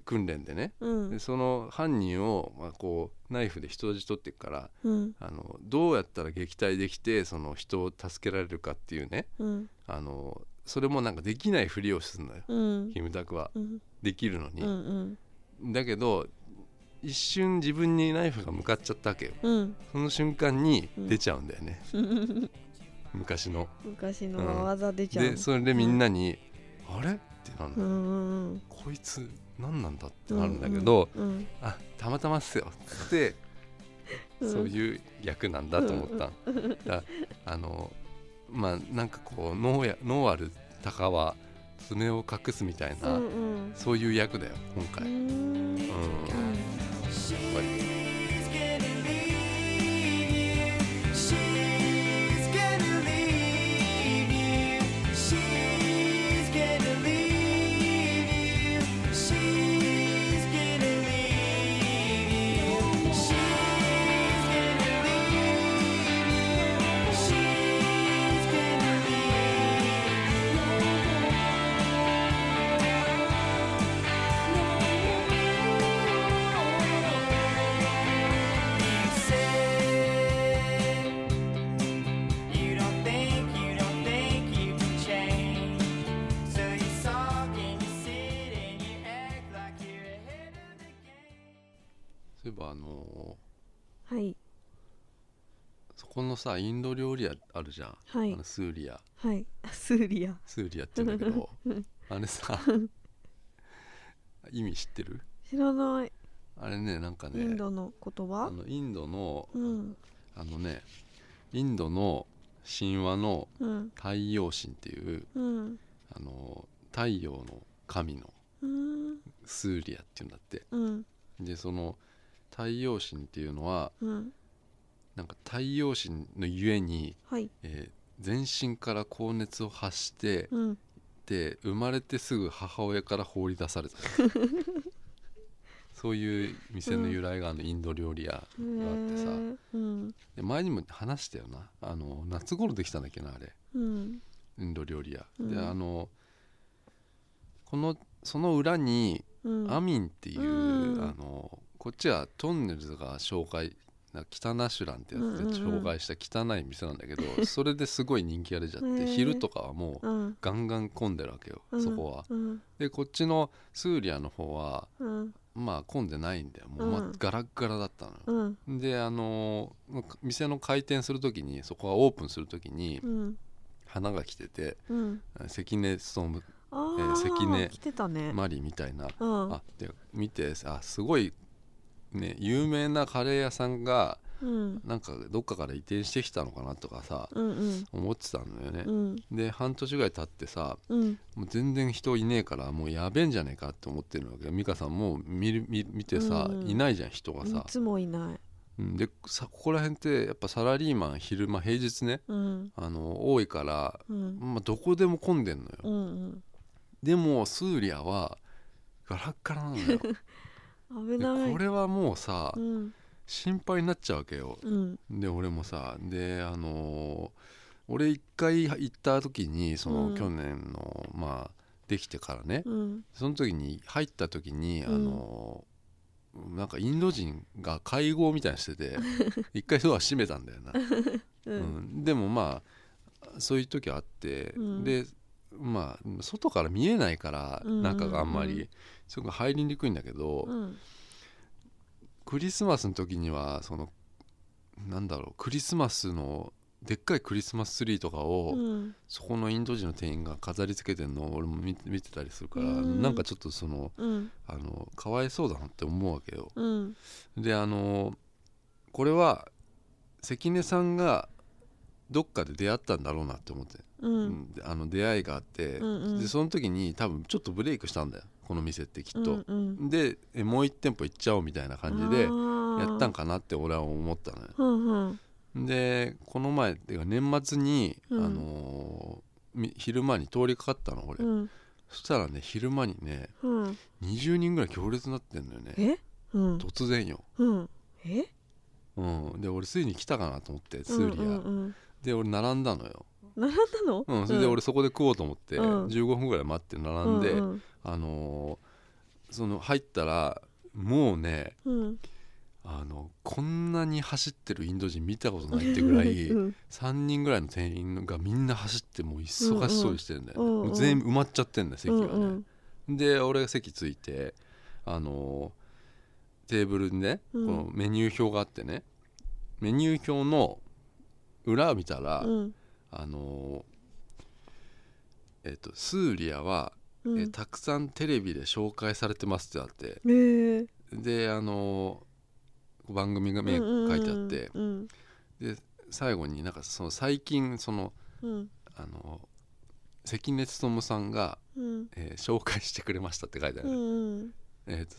Speaker 1: 訓練でね、
Speaker 2: うん
Speaker 1: でその犯人を、まあ、こうナイフで人質取ってくから
Speaker 2: うん
Speaker 1: あのどうやったら撃退できてその人を助けられるかっていうね
Speaker 2: うん
Speaker 1: あのそれもなんかできないふりをするのよ、
Speaker 2: うん
Speaker 1: キムタクは
Speaker 2: うん
Speaker 1: できるの
Speaker 2: うんう
Speaker 1: に、
Speaker 2: ん
Speaker 1: だけど一瞬自分にナイフが向かっちゃったわけよ
Speaker 2: うん
Speaker 1: その瞬間に
Speaker 2: うん
Speaker 1: 出ちゃうんだよ ね、
Speaker 2: うん
Speaker 1: 昔の
Speaker 2: 昔の技出ちゃう
Speaker 1: でそれでみんなに「あれ?」ってなる
Speaker 2: う
Speaker 1: の、
Speaker 2: んうん
Speaker 1: こいつ何なんだってなるんだけど、
Speaker 2: うん
Speaker 1: あたまたまっすよって
Speaker 2: うん
Speaker 1: そういう役なんだと思った、だあのまあなんかこう脳や脳ある鷹は爪を隠すみたいな、
Speaker 2: うんうん
Speaker 1: そういう役だよ今
Speaker 2: う
Speaker 1: 回、うん
Speaker 2: ん
Speaker 1: やっぱり
Speaker 3: She's gonna leave you. She's gonna leave you. She's gonna leave you. She's gonna leave you. She's gonna leave you. She's gonna leave you. You said you don't think, you don't think you can change. So you talk and you sit and you act like you're ahead of the game.
Speaker 1: そういえばあの
Speaker 2: はい
Speaker 1: そこのさインド料理屋あるじゃん、
Speaker 2: はい
Speaker 1: あのスーリア
Speaker 2: はいあスーリア
Speaker 1: スーリアって言うんだけ どあれさ意味知ってる
Speaker 2: 知らない
Speaker 1: あれねなんか
Speaker 2: イン
Speaker 1: ね
Speaker 2: ドの言
Speaker 1: あ
Speaker 2: 葉
Speaker 1: のインドの、
Speaker 2: うん
Speaker 1: あのねインドの神話の
Speaker 2: うん
Speaker 1: 太陽神っていう
Speaker 2: うん
Speaker 1: あの太陽の神の
Speaker 2: うん
Speaker 1: スーリアっていうんだって
Speaker 2: うん
Speaker 1: でその太陽神っていうのは
Speaker 2: うん
Speaker 1: なんか太陽神のゆえに、
Speaker 2: はい
Speaker 1: えー全身から高熱を発して
Speaker 2: うん
Speaker 1: で生まれてすぐ母親から放り出 されたそういう店の由来があのインド料理屋があっ
Speaker 2: へ
Speaker 1: てさ、
Speaker 2: ーうん
Speaker 1: で前にも話したよなあの夏頃できたんだっけなあれ
Speaker 2: うん
Speaker 1: インド料理屋、
Speaker 2: う
Speaker 1: で
Speaker 2: ん
Speaker 1: あのこのその裏に
Speaker 2: うん
Speaker 1: アミンっていう、
Speaker 2: うん
Speaker 1: あのこっちはトンネルズが紹介な北ナシュランってやつで
Speaker 2: うんうんうん
Speaker 1: 紹介した汚い店なんだけど、それですごい人気が出ちゃっ
Speaker 2: へ
Speaker 1: て
Speaker 2: え
Speaker 1: 昼とかはもう
Speaker 2: うん
Speaker 1: ガンガン混んでるわけよ、
Speaker 2: うん
Speaker 1: そこは。
Speaker 2: うん
Speaker 1: でこっちのスーリアの方は
Speaker 2: うん
Speaker 1: まあ混んでないんだよもう、ま
Speaker 2: うん
Speaker 1: ガラッガラだったのよ。
Speaker 2: うん
Speaker 1: であの店の開店する時にそこはオープンする時に
Speaker 2: うん
Speaker 1: 花が来てて
Speaker 2: うん
Speaker 1: 関根勤
Speaker 2: ああ、
Speaker 1: えー関根
Speaker 2: 来てたね、
Speaker 1: マリーみたいな
Speaker 2: うん
Speaker 1: あで見てあすごいね有名なカレー屋さんが
Speaker 2: うん
Speaker 1: なんかどっかから移転してきたのかなとかさ
Speaker 2: うんうん
Speaker 1: 思ってたんだよね
Speaker 2: う、ん
Speaker 1: で半年ぐらい経ってさ
Speaker 2: うん
Speaker 1: もう全然人いねえからもうやべえんじゃねえかって思ってるわけよ美香さんも見る見見てさ、
Speaker 2: うん
Speaker 1: いないじゃん人が
Speaker 2: い
Speaker 1: さ、
Speaker 2: つもいない
Speaker 1: うんでさここら辺ってやっぱサラリーマン昼間平日ね
Speaker 2: うん
Speaker 1: あの多いから、
Speaker 2: うん
Speaker 1: まあ、どこでも混んでんのよ、
Speaker 2: うん
Speaker 1: でもスーリアはガラッガラなの よ
Speaker 2: うん危
Speaker 1: で
Speaker 2: ない
Speaker 1: これはもうさ、
Speaker 2: うん
Speaker 1: 心配になっちゃうわけよ
Speaker 2: うん
Speaker 1: で俺もさであのー俺一回行った時にその、
Speaker 2: うん
Speaker 1: 去年のまあできてからね、
Speaker 2: うん
Speaker 1: その時に入った時に、
Speaker 2: うん
Speaker 1: あのーなんかインド人が会合みたいにして て一回ドア閉めたんだよな、
Speaker 2: う
Speaker 1: うん
Speaker 2: ん
Speaker 1: でもまあそういう時あって、
Speaker 2: うん
Speaker 1: でまあ外から見えないから
Speaker 2: うんうんうん
Speaker 1: 中があんまり、すごい入りにくいんだけど、
Speaker 2: うん
Speaker 1: クリスマスの時にはそのなんだろうクリスマスのでっかいクリスマスツリーとかを、
Speaker 2: うん
Speaker 1: そこのインド人の店員が飾り付けてんのを俺も見見てたりするから、
Speaker 2: うん
Speaker 1: なんかちょっとその
Speaker 2: うん
Speaker 1: あのかわいそうだなって思うわけよ。
Speaker 2: うん
Speaker 1: であのこれは関根さんがどっかで出会ったんだろうなって思って、
Speaker 2: う
Speaker 1: うんんあの出会いがあって、
Speaker 2: うんうん
Speaker 1: でその時に多分ちょっとブレイクしたんだよこの店ってきっと。
Speaker 2: うん
Speaker 1: でえもう一店舗行っちゃおうみたいな感じで
Speaker 2: あー
Speaker 1: やったんかなって俺は思ったのよ
Speaker 2: うんうん
Speaker 1: でこの前っていうか年末に、
Speaker 2: うん
Speaker 1: あのーみ昼間に通りかかったの俺、
Speaker 2: うん
Speaker 1: そしたらね昼間にね
Speaker 2: うん
Speaker 1: 20人ぐらい行列になってんのよね
Speaker 2: えうん
Speaker 1: 突然よ、
Speaker 2: うんえ
Speaker 1: うん、で俺ついに来たかなと思ってツ
Speaker 2: う
Speaker 1: ー
Speaker 2: ん
Speaker 1: リア、
Speaker 2: うんうん
Speaker 1: で俺並んだのよ、
Speaker 2: 並んだの
Speaker 1: うん、それで俺そこで食おうと思って、
Speaker 2: うん
Speaker 1: 15分ぐらい待って並んで、
Speaker 2: うん
Speaker 1: あのーその入ったらもうね
Speaker 2: うん
Speaker 1: あのこんなに走ってるインド人見たことないってぐらい
Speaker 2: うん
Speaker 1: 3人ぐらいの店員がみんな走ってもう忙しそうにしてるんだよね、
Speaker 2: うんうんうんうん
Speaker 1: もう全員埋まっちゃってんだよ席
Speaker 2: う
Speaker 1: が
Speaker 2: ん
Speaker 1: ね、
Speaker 2: うん
Speaker 1: で俺が席ついてあのーテーブルにね、
Speaker 2: うん
Speaker 1: このメニュー表があってねメニュー表の裏を見たら、
Speaker 2: うん
Speaker 1: あのーえっ、と「スーリアは、
Speaker 2: うん
Speaker 1: えーたくさんテレビで紹介されてます」ってあって
Speaker 2: えー
Speaker 1: であのー番組が名書いてあって、
Speaker 2: うん
Speaker 1: 最後になんかその最近その
Speaker 2: うん
Speaker 1: あの関根勤さんが、
Speaker 2: うん
Speaker 1: えー紹介してくれましたって書いてあ
Speaker 2: う
Speaker 1: る、
Speaker 2: んうん
Speaker 1: えーと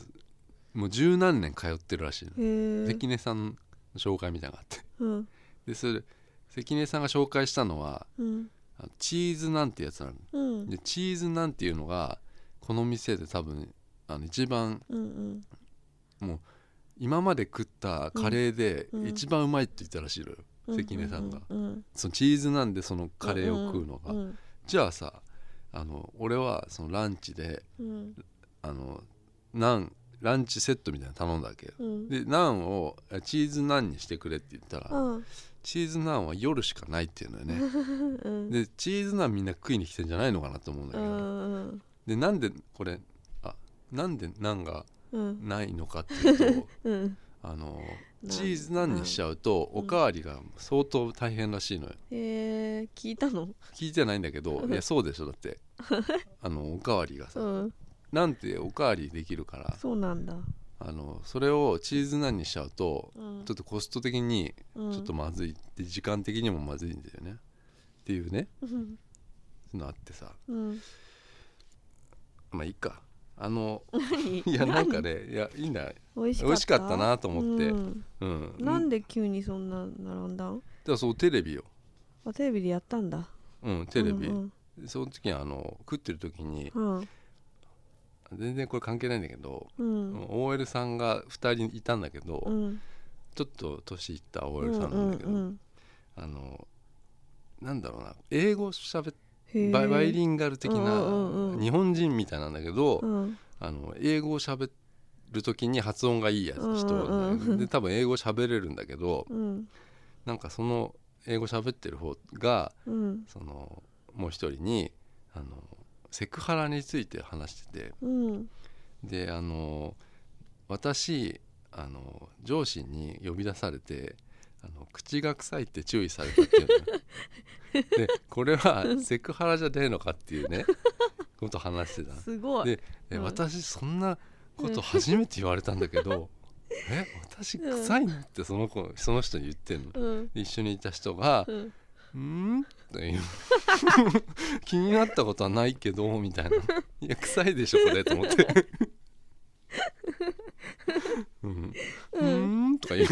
Speaker 1: もう十何年通ってるらしいの、
Speaker 2: へー
Speaker 1: 関根さんの紹介みたいなのがあって
Speaker 2: うん
Speaker 1: でそれ関根さんが紹介したのは
Speaker 2: うん
Speaker 1: あのチーズなんてやつなの
Speaker 2: うん
Speaker 1: でチーズなんていうのがこの店で多分あの一番
Speaker 2: うん
Speaker 1: 今まで食ったカレーで
Speaker 2: うんうん
Speaker 1: 一番うまいって言ったらしいのよ、
Speaker 2: うん
Speaker 1: 関根さんが
Speaker 2: うんうん
Speaker 1: そのチーズなんでそのカレーを食うのが、
Speaker 2: うん
Speaker 1: じゃあさあの俺はそのランチで
Speaker 2: うん
Speaker 1: あのナンランチセットみたいなの頼んだわけよ
Speaker 2: うん
Speaker 1: でナンをあチーズナンにしてくれって言ったら、
Speaker 2: うん
Speaker 1: チーズナンは夜しかないっていうのよ ね
Speaker 2: うん
Speaker 1: でチーズナンみんな食いに来てんじゃないのかなと思うんだ
Speaker 2: う
Speaker 1: けど、
Speaker 2: ん
Speaker 1: でなんでこれあなんでナンが
Speaker 2: うん
Speaker 1: ないのかっていう と
Speaker 2: うん
Speaker 1: あの
Speaker 2: ナン
Speaker 1: チーズナンにしちゃうと、
Speaker 2: う
Speaker 1: お
Speaker 2: ん
Speaker 1: かわりが相当大変らしいのよ
Speaker 2: えー、聞いたの
Speaker 1: 聞いてないんだけど
Speaker 2: うん
Speaker 1: いやそうでしょだって あのおかわりがさ、
Speaker 2: うん
Speaker 1: なんておかわりできるから
Speaker 2: そうなんだ、
Speaker 1: あのそれをチーズナンにしちゃうと
Speaker 2: うん、
Speaker 1: ちょっとコスト的に
Speaker 2: と,、うん、
Speaker 1: ちょっとまずいって時間的にもまずいんだよねっていうね
Speaker 2: うん
Speaker 1: そういうのあってさ
Speaker 2: うん
Speaker 1: まあいいかあの
Speaker 2: 何
Speaker 1: いや
Speaker 2: 何
Speaker 1: なんかねいやいいんだ
Speaker 2: 美味し
Speaker 1: 美味しかったなと思って
Speaker 2: うん
Speaker 1: うん
Speaker 2: なん
Speaker 1: で
Speaker 2: で急にそんな並んだ
Speaker 1: だ
Speaker 2: ん
Speaker 1: からそうテレビよ
Speaker 2: あテレビでやったんだ
Speaker 1: うんテレビ、
Speaker 2: うん
Speaker 1: その時にあの食ってる時に
Speaker 2: うん
Speaker 1: 全然これ関係ないんだけど、
Speaker 2: うん、
Speaker 1: OL さんが2人いたんだけど、
Speaker 2: うん
Speaker 1: ちょっと年いった OL
Speaker 2: う
Speaker 1: さんなんだけど、
Speaker 2: ん
Speaker 1: あのなんだろうな英語しゃべっ
Speaker 2: うん
Speaker 1: バイバイ
Speaker 2: ン
Speaker 1: リンガル的
Speaker 2: うんうんうん
Speaker 1: な
Speaker 2: うん
Speaker 1: 日本人みたいなんだけど、
Speaker 2: うん
Speaker 1: あの英語をしゃべる時に発音がいいやつ
Speaker 2: うんうんうん
Speaker 1: 人なんだけどで多分英語しゃべれるんだけど
Speaker 2: うん
Speaker 1: なんかその英語しゃべってる方が
Speaker 2: うん
Speaker 1: そのもう一人にあのセクハラについて話してて
Speaker 2: うん
Speaker 1: であの私あの上司に呼び出されてあの口が臭いって注意されたっていうのでこれはセクハラじゃねえのかっていうねこと話してた
Speaker 2: すごい
Speaker 1: でえ
Speaker 2: うん
Speaker 1: 私そんなこと初めて言われたんだけ どえ私臭いのってその子その人に言ってんの。
Speaker 2: うん
Speaker 1: で一緒にいた人が
Speaker 2: う、ん
Speaker 1: うんという 気になったことはないけどみ たいな「いや臭いでしょこれ」と思って「うん」うんとか言う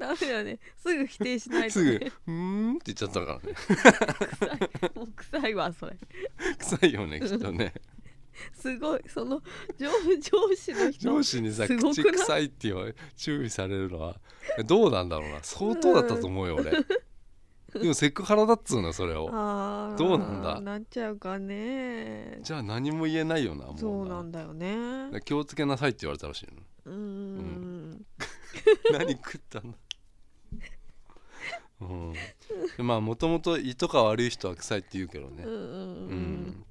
Speaker 2: ダメだねすぐ否定しないと
Speaker 1: すぐ
Speaker 2: ね
Speaker 1: 「うん」って言っちゃったからね
Speaker 2: もう臭いわそれ
Speaker 1: 臭いよねきっとね
Speaker 2: すごいその上上司の人
Speaker 1: 上司にさ
Speaker 2: すごく
Speaker 1: 口
Speaker 2: ない
Speaker 1: 臭いって言われ注意されるのはどうなんだろうな相当だったと思うよ俺でもセクハラだっつうのそれを
Speaker 2: あー
Speaker 1: どうなんだ
Speaker 2: なっちゃうかね
Speaker 1: じゃあ何も言えないよなもうな
Speaker 2: そうなんだよね
Speaker 1: だから気をつけなさいって言われたらしいの
Speaker 2: うーん
Speaker 1: 何食ったんだうんでまあもともと胃とか悪い人は臭いって言うけどね
Speaker 2: うん
Speaker 1: う
Speaker 2: う
Speaker 1: ん
Speaker 2: ん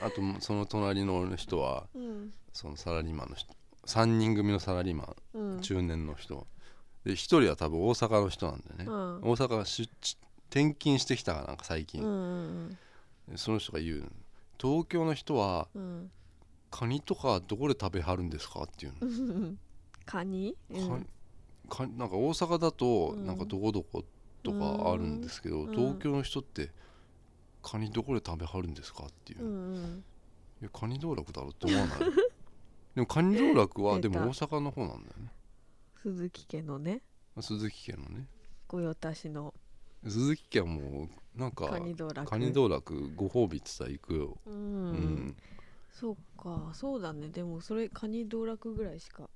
Speaker 1: あとその隣の俺の人は
Speaker 2: うん
Speaker 1: そのサラリーマンの人3人組のサラリーマ
Speaker 2: うんうん
Speaker 1: ン中年の人で1人は多分大阪の人なんだよね、
Speaker 2: うん
Speaker 1: 大阪が出地転勤してきたからなんか最近、
Speaker 2: うん
Speaker 1: でその人が言うの東京の人は
Speaker 2: うん
Speaker 1: カニとかどこで食べはるんですかっていうの、
Speaker 2: うんカニうん
Speaker 1: カニカニなんか大阪だと
Speaker 2: うん
Speaker 1: なんかどこどことかあるんですけど、
Speaker 2: うん
Speaker 1: 東京の人ってカニどこで食べはるんですかっていう、
Speaker 2: う
Speaker 1: い
Speaker 2: ん
Speaker 1: やカニ道楽だろって思わない でもカニ道楽はで
Speaker 2: 出た
Speaker 1: も大阪の方なんだよね
Speaker 2: 鈴木家のね
Speaker 1: 鈴木家のね
Speaker 2: 御用達の
Speaker 1: 鈴木家はもうなんか
Speaker 2: カニ道楽
Speaker 1: カニ道楽ご褒美って言ったら行くよ、
Speaker 2: う、
Speaker 1: うんん
Speaker 2: そうかそうだねでもそれカニ道楽ぐらいしか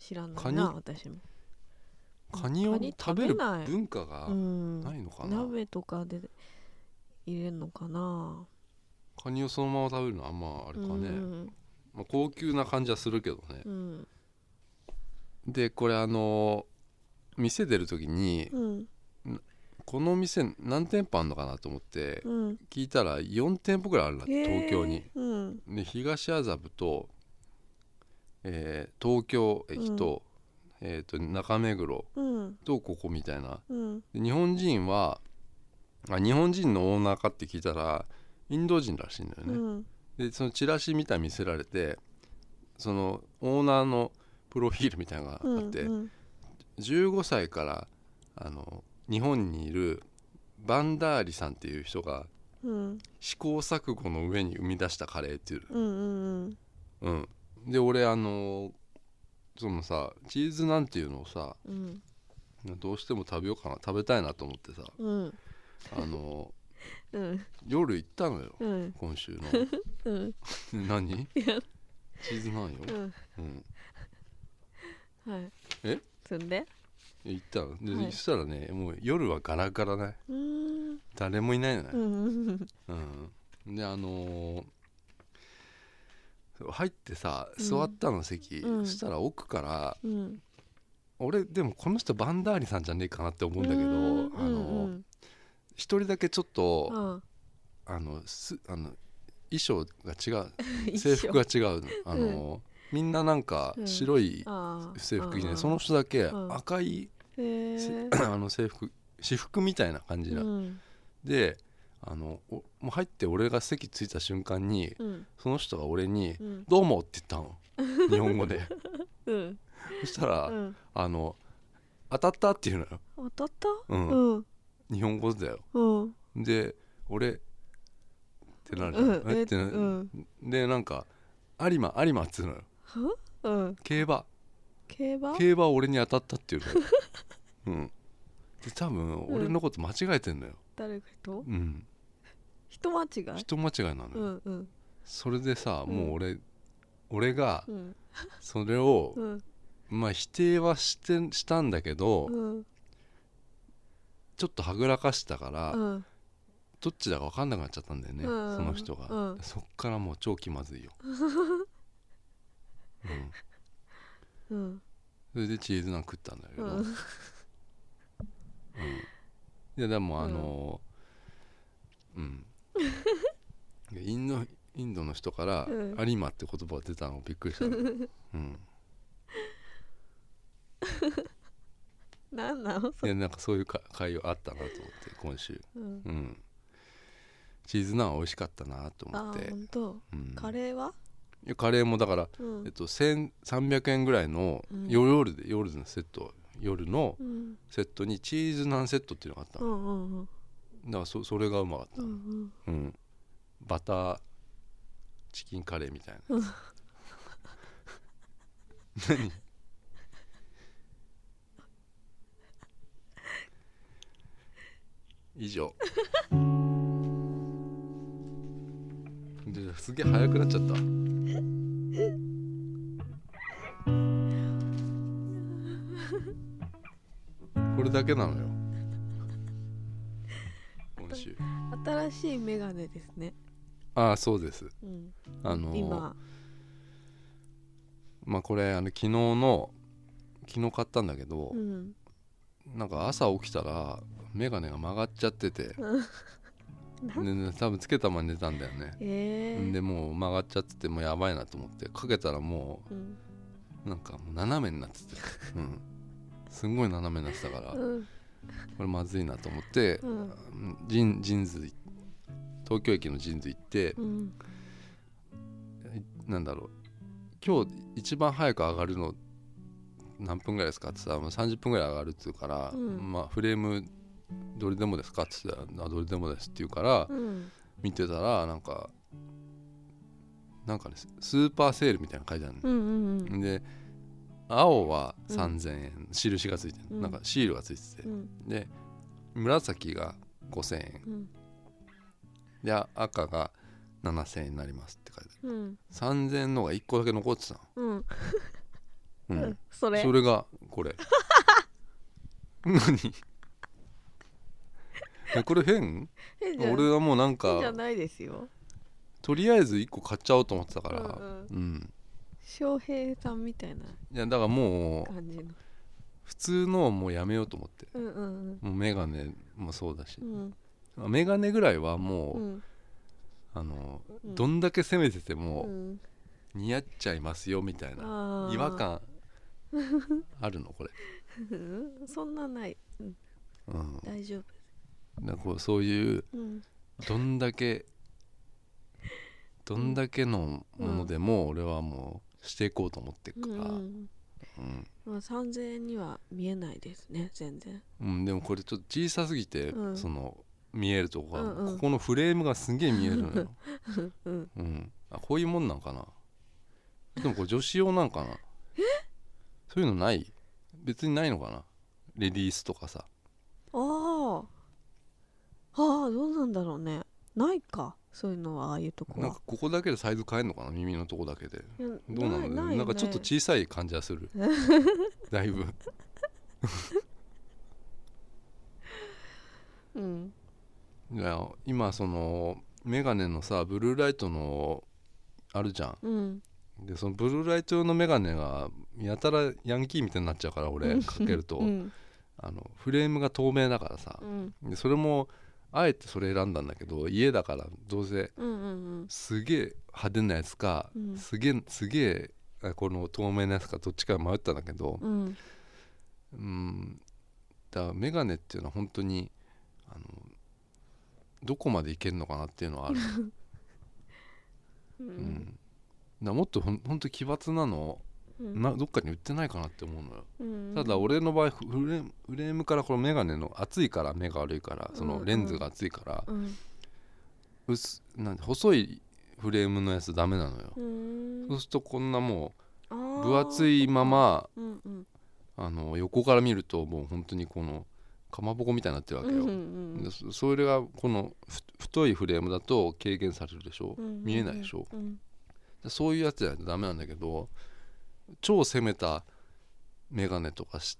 Speaker 2: 知らな
Speaker 1: カ
Speaker 2: い
Speaker 1: ニ
Speaker 2: な私も
Speaker 1: カニを
Speaker 2: カニ
Speaker 1: 食べる
Speaker 2: 食べない
Speaker 1: 文化が
Speaker 2: うん
Speaker 1: ないのかな、
Speaker 2: 鍋とかで入れるのかな
Speaker 1: カニをそのまま食べるのはあんまあれかね、
Speaker 2: うん
Speaker 1: まあ、高級な感じはするけどね
Speaker 2: う、ん
Speaker 1: でこれあの店出る時に
Speaker 2: うん
Speaker 1: この店何店舗あんのかなと思って
Speaker 2: うん
Speaker 1: 聞いたら4店舗ぐらいあるんだって東京に
Speaker 2: へえうん
Speaker 1: で東麻布と、えー東京駅と,、えー、と中目黒
Speaker 2: うん
Speaker 1: とここみたいな
Speaker 2: うん
Speaker 1: で日本人はあ日本人のオーナーかって聞いたらインド人らしいんだよ
Speaker 2: う
Speaker 1: ね、
Speaker 2: ん
Speaker 1: でそのチラシみたいに見せられてそのオーナーのプロフィールみたいなのが
Speaker 2: うん
Speaker 1: あって、
Speaker 2: うん
Speaker 1: 15歳からあの日本にいるバンダーリさんっていう人が
Speaker 2: うん
Speaker 1: 試行錯誤の上に生み出したカレーっていう、
Speaker 2: うんうん
Speaker 1: うん、で俺あのそのさチーズなんていうのをさ
Speaker 2: うん
Speaker 1: どうしても食べようかな食べたいなと思ってさ
Speaker 2: うん
Speaker 1: あの
Speaker 2: うん
Speaker 1: 夜行ったのよ
Speaker 2: うん
Speaker 1: 今週の
Speaker 2: うん
Speaker 1: 何
Speaker 2: いや
Speaker 1: チーズなんよ、
Speaker 2: うん
Speaker 1: うん、
Speaker 2: はい
Speaker 1: え
Speaker 2: そんで
Speaker 1: 行ったので、
Speaker 2: はい
Speaker 1: そしたらねもう夜はガラガラね
Speaker 2: うーん
Speaker 1: 誰もいないのね、
Speaker 2: うん
Speaker 1: うん、であのー入ってさ
Speaker 2: うん
Speaker 1: 座ったの席、
Speaker 2: うん
Speaker 1: そしたら奥から
Speaker 2: うん
Speaker 1: 俺でもこの人バンダーリさんじゃねえかなって思うんだけど、
Speaker 2: うん
Speaker 1: あのー一人だけちょっと、
Speaker 2: うん
Speaker 1: あのすあの衣装が違 う
Speaker 2: うん
Speaker 1: 制服が違うあのー、みんななんか
Speaker 2: うん
Speaker 1: 白い
Speaker 2: あー
Speaker 1: 制服着て、
Speaker 2: あー
Speaker 1: その人だけ
Speaker 2: うん
Speaker 1: 赤い、
Speaker 2: へ
Speaker 1: せ
Speaker 2: ー
Speaker 1: あの制服私服みたいな感じな、
Speaker 2: うん
Speaker 1: であのおもう入って俺が席着いた瞬間に、
Speaker 2: うん
Speaker 1: その人が俺に
Speaker 2: うん
Speaker 1: 「どうも」って言ったの日本語で
Speaker 2: うん
Speaker 1: そしたら、
Speaker 2: うん
Speaker 1: あの「当たった」って言うのよ、
Speaker 2: 当たった
Speaker 1: うん
Speaker 2: うん
Speaker 1: 日本語だよ
Speaker 2: うん
Speaker 1: で俺ってなるじゃん、
Speaker 2: うん
Speaker 1: え
Speaker 2: え
Speaker 1: ってなる、
Speaker 2: うん
Speaker 1: でなんか「有馬有馬」っつうのよ
Speaker 2: うん
Speaker 1: 競馬
Speaker 2: 競馬
Speaker 1: 競馬俺に当たったっていう のようんで多分俺のこと間違えてんのよ、
Speaker 2: 誰かと
Speaker 1: うん、
Speaker 2: 人間違い
Speaker 1: 人間違いなの
Speaker 2: う
Speaker 1: よ、
Speaker 2: んうん
Speaker 1: それでさ、
Speaker 2: うん
Speaker 1: もう俺俺が
Speaker 2: うん
Speaker 1: それを、
Speaker 2: うん
Speaker 1: まあ否定はしてしたんだけど、
Speaker 2: うん
Speaker 1: ちょっとはぐらかしたから、
Speaker 2: うん
Speaker 1: どっちだか分かんなくなっちゃったんだよね、
Speaker 2: うん
Speaker 1: その人が、
Speaker 2: うん
Speaker 1: そっからもう超気まずい よ、うん、
Speaker 2: うん
Speaker 1: それでチーズナン食ったんだけど、
Speaker 2: う
Speaker 1: うん
Speaker 2: ん
Speaker 1: いやでもあのーうん、インドインドの人から
Speaker 2: う
Speaker 1: 「
Speaker 2: ん
Speaker 1: アリマ」って言葉が出たのびっくりした の、うん、
Speaker 2: なんなのそ
Speaker 1: い
Speaker 2: れ
Speaker 1: やなんかそういうか会話あったなと思って今週、
Speaker 2: うん
Speaker 1: うん、チーズナンは美味しかったなと思
Speaker 2: あ
Speaker 1: っ
Speaker 2: ー
Speaker 1: て
Speaker 2: ほ、んと
Speaker 1: うん、
Speaker 2: カレーはい
Speaker 1: やカレーもだから
Speaker 2: うん
Speaker 1: えっと、1300円ぐらいの
Speaker 2: うん
Speaker 1: 夜夜で夜のセット夜の
Speaker 2: うん
Speaker 1: セットにチーズナンセットっていうのがあった
Speaker 2: う
Speaker 1: の、
Speaker 2: んうんうん
Speaker 1: だからそそれがうまかっ
Speaker 2: う
Speaker 1: た、うん
Speaker 2: ん
Speaker 1: バターチキンカレーみたいな、
Speaker 2: うん
Speaker 1: 何 以上ですげえ早くなっちゃったこれだけなのよ今週
Speaker 2: うん新しいメガネですね
Speaker 1: ああそうです
Speaker 2: うん
Speaker 1: あのー
Speaker 2: 今
Speaker 1: まあこれあの昨日の昨日買ったんだけど
Speaker 2: う、ん
Speaker 1: なんか朝起きたら眼鏡が曲がっちゃってて、
Speaker 2: なん
Speaker 1: で多分つけたまま寝たんだよね、
Speaker 2: えー
Speaker 1: でもう曲がっちゃっててもうやばいなと思ってかけたらも
Speaker 2: うん
Speaker 1: うなんかもう斜めになっ てて、うん、すんごい斜めになってたからこ
Speaker 2: うん
Speaker 1: れまずいなと思って、
Speaker 2: うん
Speaker 1: ジンジンズ東京駅のジンズ行って、
Speaker 2: うん
Speaker 1: なんだろう今日一番早く上がるの何分ぐらいですかってさもう30分ぐらい上がるって言うから、
Speaker 2: うん
Speaker 1: まあフレームどれでもですかって言ったらあどれでもですって言うから、
Speaker 2: うん
Speaker 1: 見てたらなんかなんかねススーパーセールみたいなの書いてある
Speaker 2: う
Speaker 1: の、
Speaker 2: んうんうん
Speaker 1: で青は
Speaker 2: うん
Speaker 1: 3000円、印がついてる、
Speaker 2: うん
Speaker 1: なんかシールがついてて
Speaker 2: う、ん
Speaker 1: で紫が5000円
Speaker 2: うん
Speaker 1: であ赤が7000円になりますって書いて
Speaker 2: うん
Speaker 1: ある3000円のが1個だけ残ってたの
Speaker 2: うん
Speaker 1: う、
Speaker 2: うんんそれ
Speaker 1: それがこ れ何えこれ変
Speaker 2: 変じゃ
Speaker 1: 俺はもうなん
Speaker 2: 変じゃ
Speaker 1: か
Speaker 2: ないですよ
Speaker 1: とりあえず1個買っちゃおうと思ってたから
Speaker 2: う
Speaker 1: うんん、
Speaker 2: 翔平さんみたいない
Speaker 1: やだからもう
Speaker 2: 感じの
Speaker 1: 普通のをもうやめようと思って
Speaker 2: うんうん
Speaker 1: もうメガネもそうだし
Speaker 2: う、ん
Speaker 1: メガネぐらいはも
Speaker 2: う
Speaker 1: う、
Speaker 2: ん
Speaker 1: あの
Speaker 2: うん
Speaker 1: どんだけ攻めてて
Speaker 2: う
Speaker 1: も
Speaker 2: ん
Speaker 1: 似合っちゃいますよみたいな、
Speaker 2: あー
Speaker 1: 違和感あるのこれ、
Speaker 2: うんそんなないうん
Speaker 1: うん、
Speaker 2: 大丈夫
Speaker 1: なんかこうそういう
Speaker 2: うん
Speaker 1: どんだけどんだけのものでも俺はもうしていこうと思って
Speaker 2: う
Speaker 1: るか
Speaker 2: ん
Speaker 1: ら、
Speaker 2: う
Speaker 1: うん
Speaker 2: んまあ3000円には見えないですね全然
Speaker 1: うんでもこれちょっと小さすぎて、
Speaker 2: うん
Speaker 1: その見えるとこが、
Speaker 2: うんうん
Speaker 1: ここのフレームがすげえ見えるのよ、
Speaker 2: うん
Speaker 1: うん、あこういうもんなんかなでもこれ女子用なんかなそういうのない別にないのかなレディースとかさ
Speaker 2: ああああどうなんだろうねないかそういうのはああいうとこ
Speaker 1: なん
Speaker 2: は
Speaker 1: かここだけでサイズ変えるのかな耳のとこだけで
Speaker 2: いや
Speaker 1: どうなの
Speaker 2: いい
Speaker 1: なんかちょっと
Speaker 2: ね
Speaker 1: 小さい感じはす るだいぶ
Speaker 2: うん
Speaker 1: いや今そのメガネのさブルーライトのあるじゃん
Speaker 2: うん
Speaker 1: でそのブルーライト用のメガネがやたらヤンキーみたいになっちゃうから俺かけると、
Speaker 2: うん
Speaker 1: あのフレームが透明だからさ
Speaker 2: う、ん
Speaker 1: でそれもあえてそれ選んだんだけど家だからどうせ
Speaker 2: うんうん
Speaker 1: すげえ派手なやつか、
Speaker 2: うん
Speaker 1: すげえすげえあこの透明なやつかどっちか迷ったんだけど
Speaker 2: うんうん
Speaker 1: うんだからメガネっていうのは本当にあのどこまでいけるのかなっていうのはある、
Speaker 2: う
Speaker 1: うんん、だからもっとほんほんと奇抜なの
Speaker 2: うん
Speaker 1: などっかに売ってないかなって思うのよ、
Speaker 2: うん
Speaker 1: ただ俺の場合フレームフレームからこのメガネの厚いから目が悪いからそ
Speaker 2: うんう
Speaker 1: の
Speaker 2: ん
Speaker 1: レンズが厚いから、
Speaker 2: うん
Speaker 1: 薄なん細いフレームのやつダメなのよ、
Speaker 2: うん
Speaker 1: そうするとこんなもう分
Speaker 2: 分
Speaker 1: 厚いまま
Speaker 2: うんうん
Speaker 1: あの横から見るともう本当にこのかまぼこみたいになってるわ
Speaker 2: う
Speaker 1: け
Speaker 2: ん
Speaker 1: よ、
Speaker 2: うん
Speaker 1: でそそれがこのふ太いフレームだと軽減されるでしょ、
Speaker 2: うん
Speaker 1: 見えないでしょ
Speaker 2: うん
Speaker 1: でそういうやつじゃないとダメなんだけど超攻めた眼鏡とかし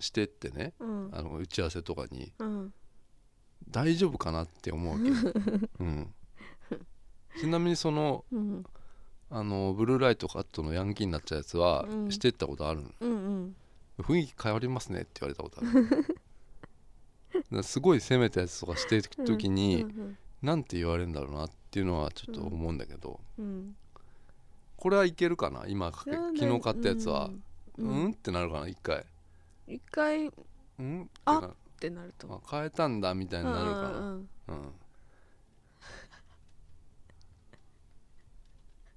Speaker 1: してってね
Speaker 2: うん
Speaker 1: あの打ち合わせとかに
Speaker 2: うん
Speaker 1: 大丈夫かなって思うわけよ、 うん、ちなみにその
Speaker 2: うん
Speaker 1: あのブルーライトカットのヤンキーになっちゃうやつは、
Speaker 2: うん
Speaker 1: してったことあるの
Speaker 2: うん
Speaker 1: 雰囲気変わりますねって言われたことあ るだからすごい攻めたやつとかしてる時に、
Speaker 2: うん
Speaker 1: なんて言われるんだろうなっていうのはちょっと思うんだけど、
Speaker 2: うん
Speaker 1: これはいけるかな今かけ
Speaker 2: うん
Speaker 1: 昨日買ったやつは
Speaker 2: う
Speaker 1: うんん、
Speaker 2: うん
Speaker 1: ってなるかな一回
Speaker 2: 一回っ
Speaker 1: うんって
Speaker 2: あ
Speaker 1: な
Speaker 2: てなると
Speaker 1: あ変えたんだみたいになるか
Speaker 2: う
Speaker 1: なん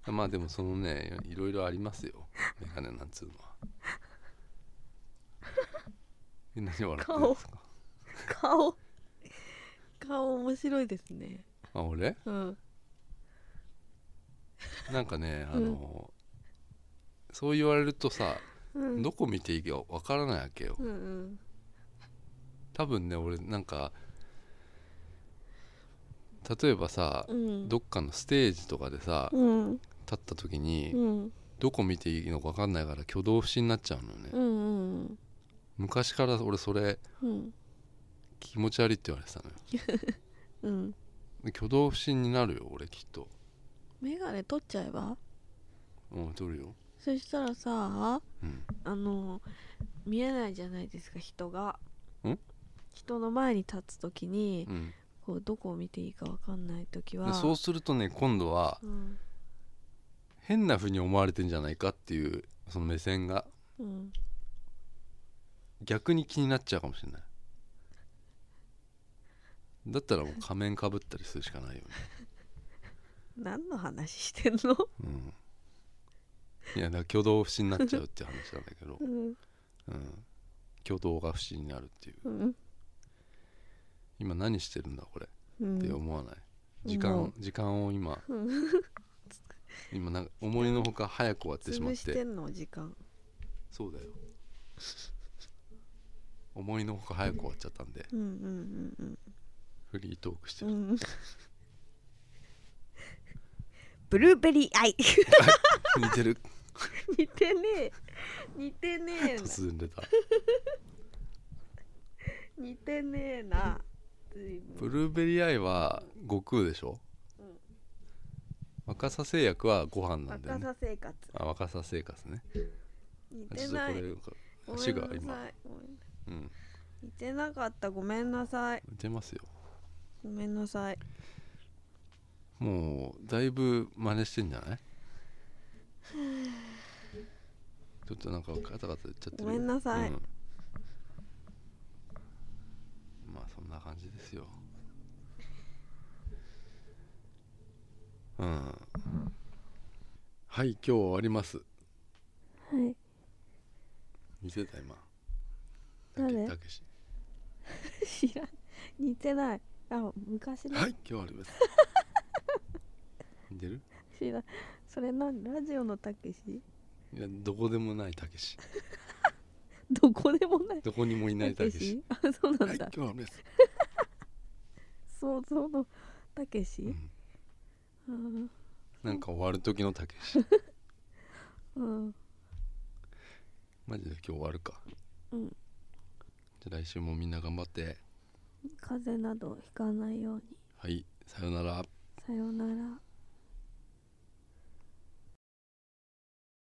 Speaker 1: うんまあでもそのねいろいろありますよメガネなんつうのはえ何笑ってるんですか
Speaker 2: 顔顔面白いですね
Speaker 1: あ俺
Speaker 2: うん
Speaker 1: なんかねあ
Speaker 2: うん
Speaker 1: の、そう言われるとさ
Speaker 2: うん
Speaker 1: どこ見ていいかわからないわけよ
Speaker 2: うんうん
Speaker 1: 多分ね俺なんか例えばさ、
Speaker 2: うん
Speaker 1: どっかのステージとかでさ、
Speaker 2: うん
Speaker 1: 立った時
Speaker 2: う
Speaker 1: に、
Speaker 2: ん
Speaker 1: どこ見ていいのか分かんないから挙動不審になっちゃうのよね、
Speaker 2: うんうん
Speaker 1: 昔から俺それ
Speaker 2: うん
Speaker 1: 気持ち悪いって言われてたのよ
Speaker 2: うん
Speaker 1: で挙動不審になるよ俺きっと
Speaker 2: メガネ取っちゃえば
Speaker 1: うん取るよ
Speaker 2: そしたらさ
Speaker 1: うん
Speaker 2: あの見えないじゃないですか人が
Speaker 1: ん
Speaker 2: 人の前に立つときに
Speaker 1: うん
Speaker 2: こうどこを見ていいかわかんないときは
Speaker 1: でそうするとね今度は
Speaker 2: うん
Speaker 1: 変な風に思われてんじゃないかっていうその目線が
Speaker 2: うん
Speaker 1: 逆に気になっちゃうかもしれないだったらもう仮面かぶったりするしかないよね
Speaker 2: 何の話してんの
Speaker 1: うんいやだから挙動不審になっちゃうっていう話なんだけど
Speaker 2: う、ん
Speaker 1: うん、挙動が不審になるっていう
Speaker 2: うん
Speaker 1: 今何してるんだこれ
Speaker 2: う
Speaker 1: って
Speaker 2: ん
Speaker 1: 思わない
Speaker 2: うん
Speaker 1: 時
Speaker 2: 思
Speaker 1: 間
Speaker 2: う
Speaker 1: 時間を今
Speaker 2: うん
Speaker 1: 今なんか思いのほか早く終わってしまっ
Speaker 2: 潰して
Speaker 1: て
Speaker 2: んの時間
Speaker 1: そうだよ思いのほか早く終わっちゃったんで
Speaker 2: うんうんうんうん
Speaker 1: フリートークして
Speaker 2: う
Speaker 1: る
Speaker 2: んブルーベリーアイ
Speaker 1: 似てる
Speaker 2: 似てねえ似てねえな
Speaker 1: 突然出た
Speaker 2: 似てねえな随
Speaker 1: ブ
Speaker 2: 分
Speaker 1: ルーベリーアイは悟空でしょ、
Speaker 2: うん
Speaker 1: 若さ製薬はご飯なんだよ
Speaker 2: 若
Speaker 1: ね
Speaker 2: さ生活
Speaker 1: あ若さ生活ね
Speaker 2: 似
Speaker 1: ちょっと
Speaker 2: て
Speaker 1: こ
Speaker 2: ない
Speaker 1: れ
Speaker 2: ごめ
Speaker 1: 足が
Speaker 2: んな
Speaker 1: 今
Speaker 2: さいごめん
Speaker 1: うん
Speaker 2: 似てなかったごめんなさい
Speaker 1: 似てますよ
Speaker 2: ごめんなさい
Speaker 1: もうだいぶ真似してんじゃないちょっとなんかガタガタ言っちゃってる
Speaker 2: ごめんなさい
Speaker 1: うんまあそんな感じですようんはい今日終わります
Speaker 2: はい
Speaker 1: 見せた今
Speaker 2: 誰
Speaker 1: たけたけし
Speaker 2: 知らん似てないあ昔の
Speaker 1: はい今日終わり ます似てる
Speaker 2: 知らんそれ何ラジオのたけし
Speaker 1: いやどこでもないたけし
Speaker 2: どこでもない
Speaker 1: どこにもいないたけし
Speaker 2: あそうな
Speaker 1: は
Speaker 2: ん
Speaker 1: い
Speaker 2: だ、
Speaker 1: 今日はです。
Speaker 2: 想像のたけしうん
Speaker 1: なんか終わる時のたけ し。
Speaker 2: うん
Speaker 1: マジで今日終わるか。
Speaker 2: うん
Speaker 1: じゃあ来週もみんな頑張って。
Speaker 2: 風邪などひかないように
Speaker 1: はい、さよなら。
Speaker 2: さようなら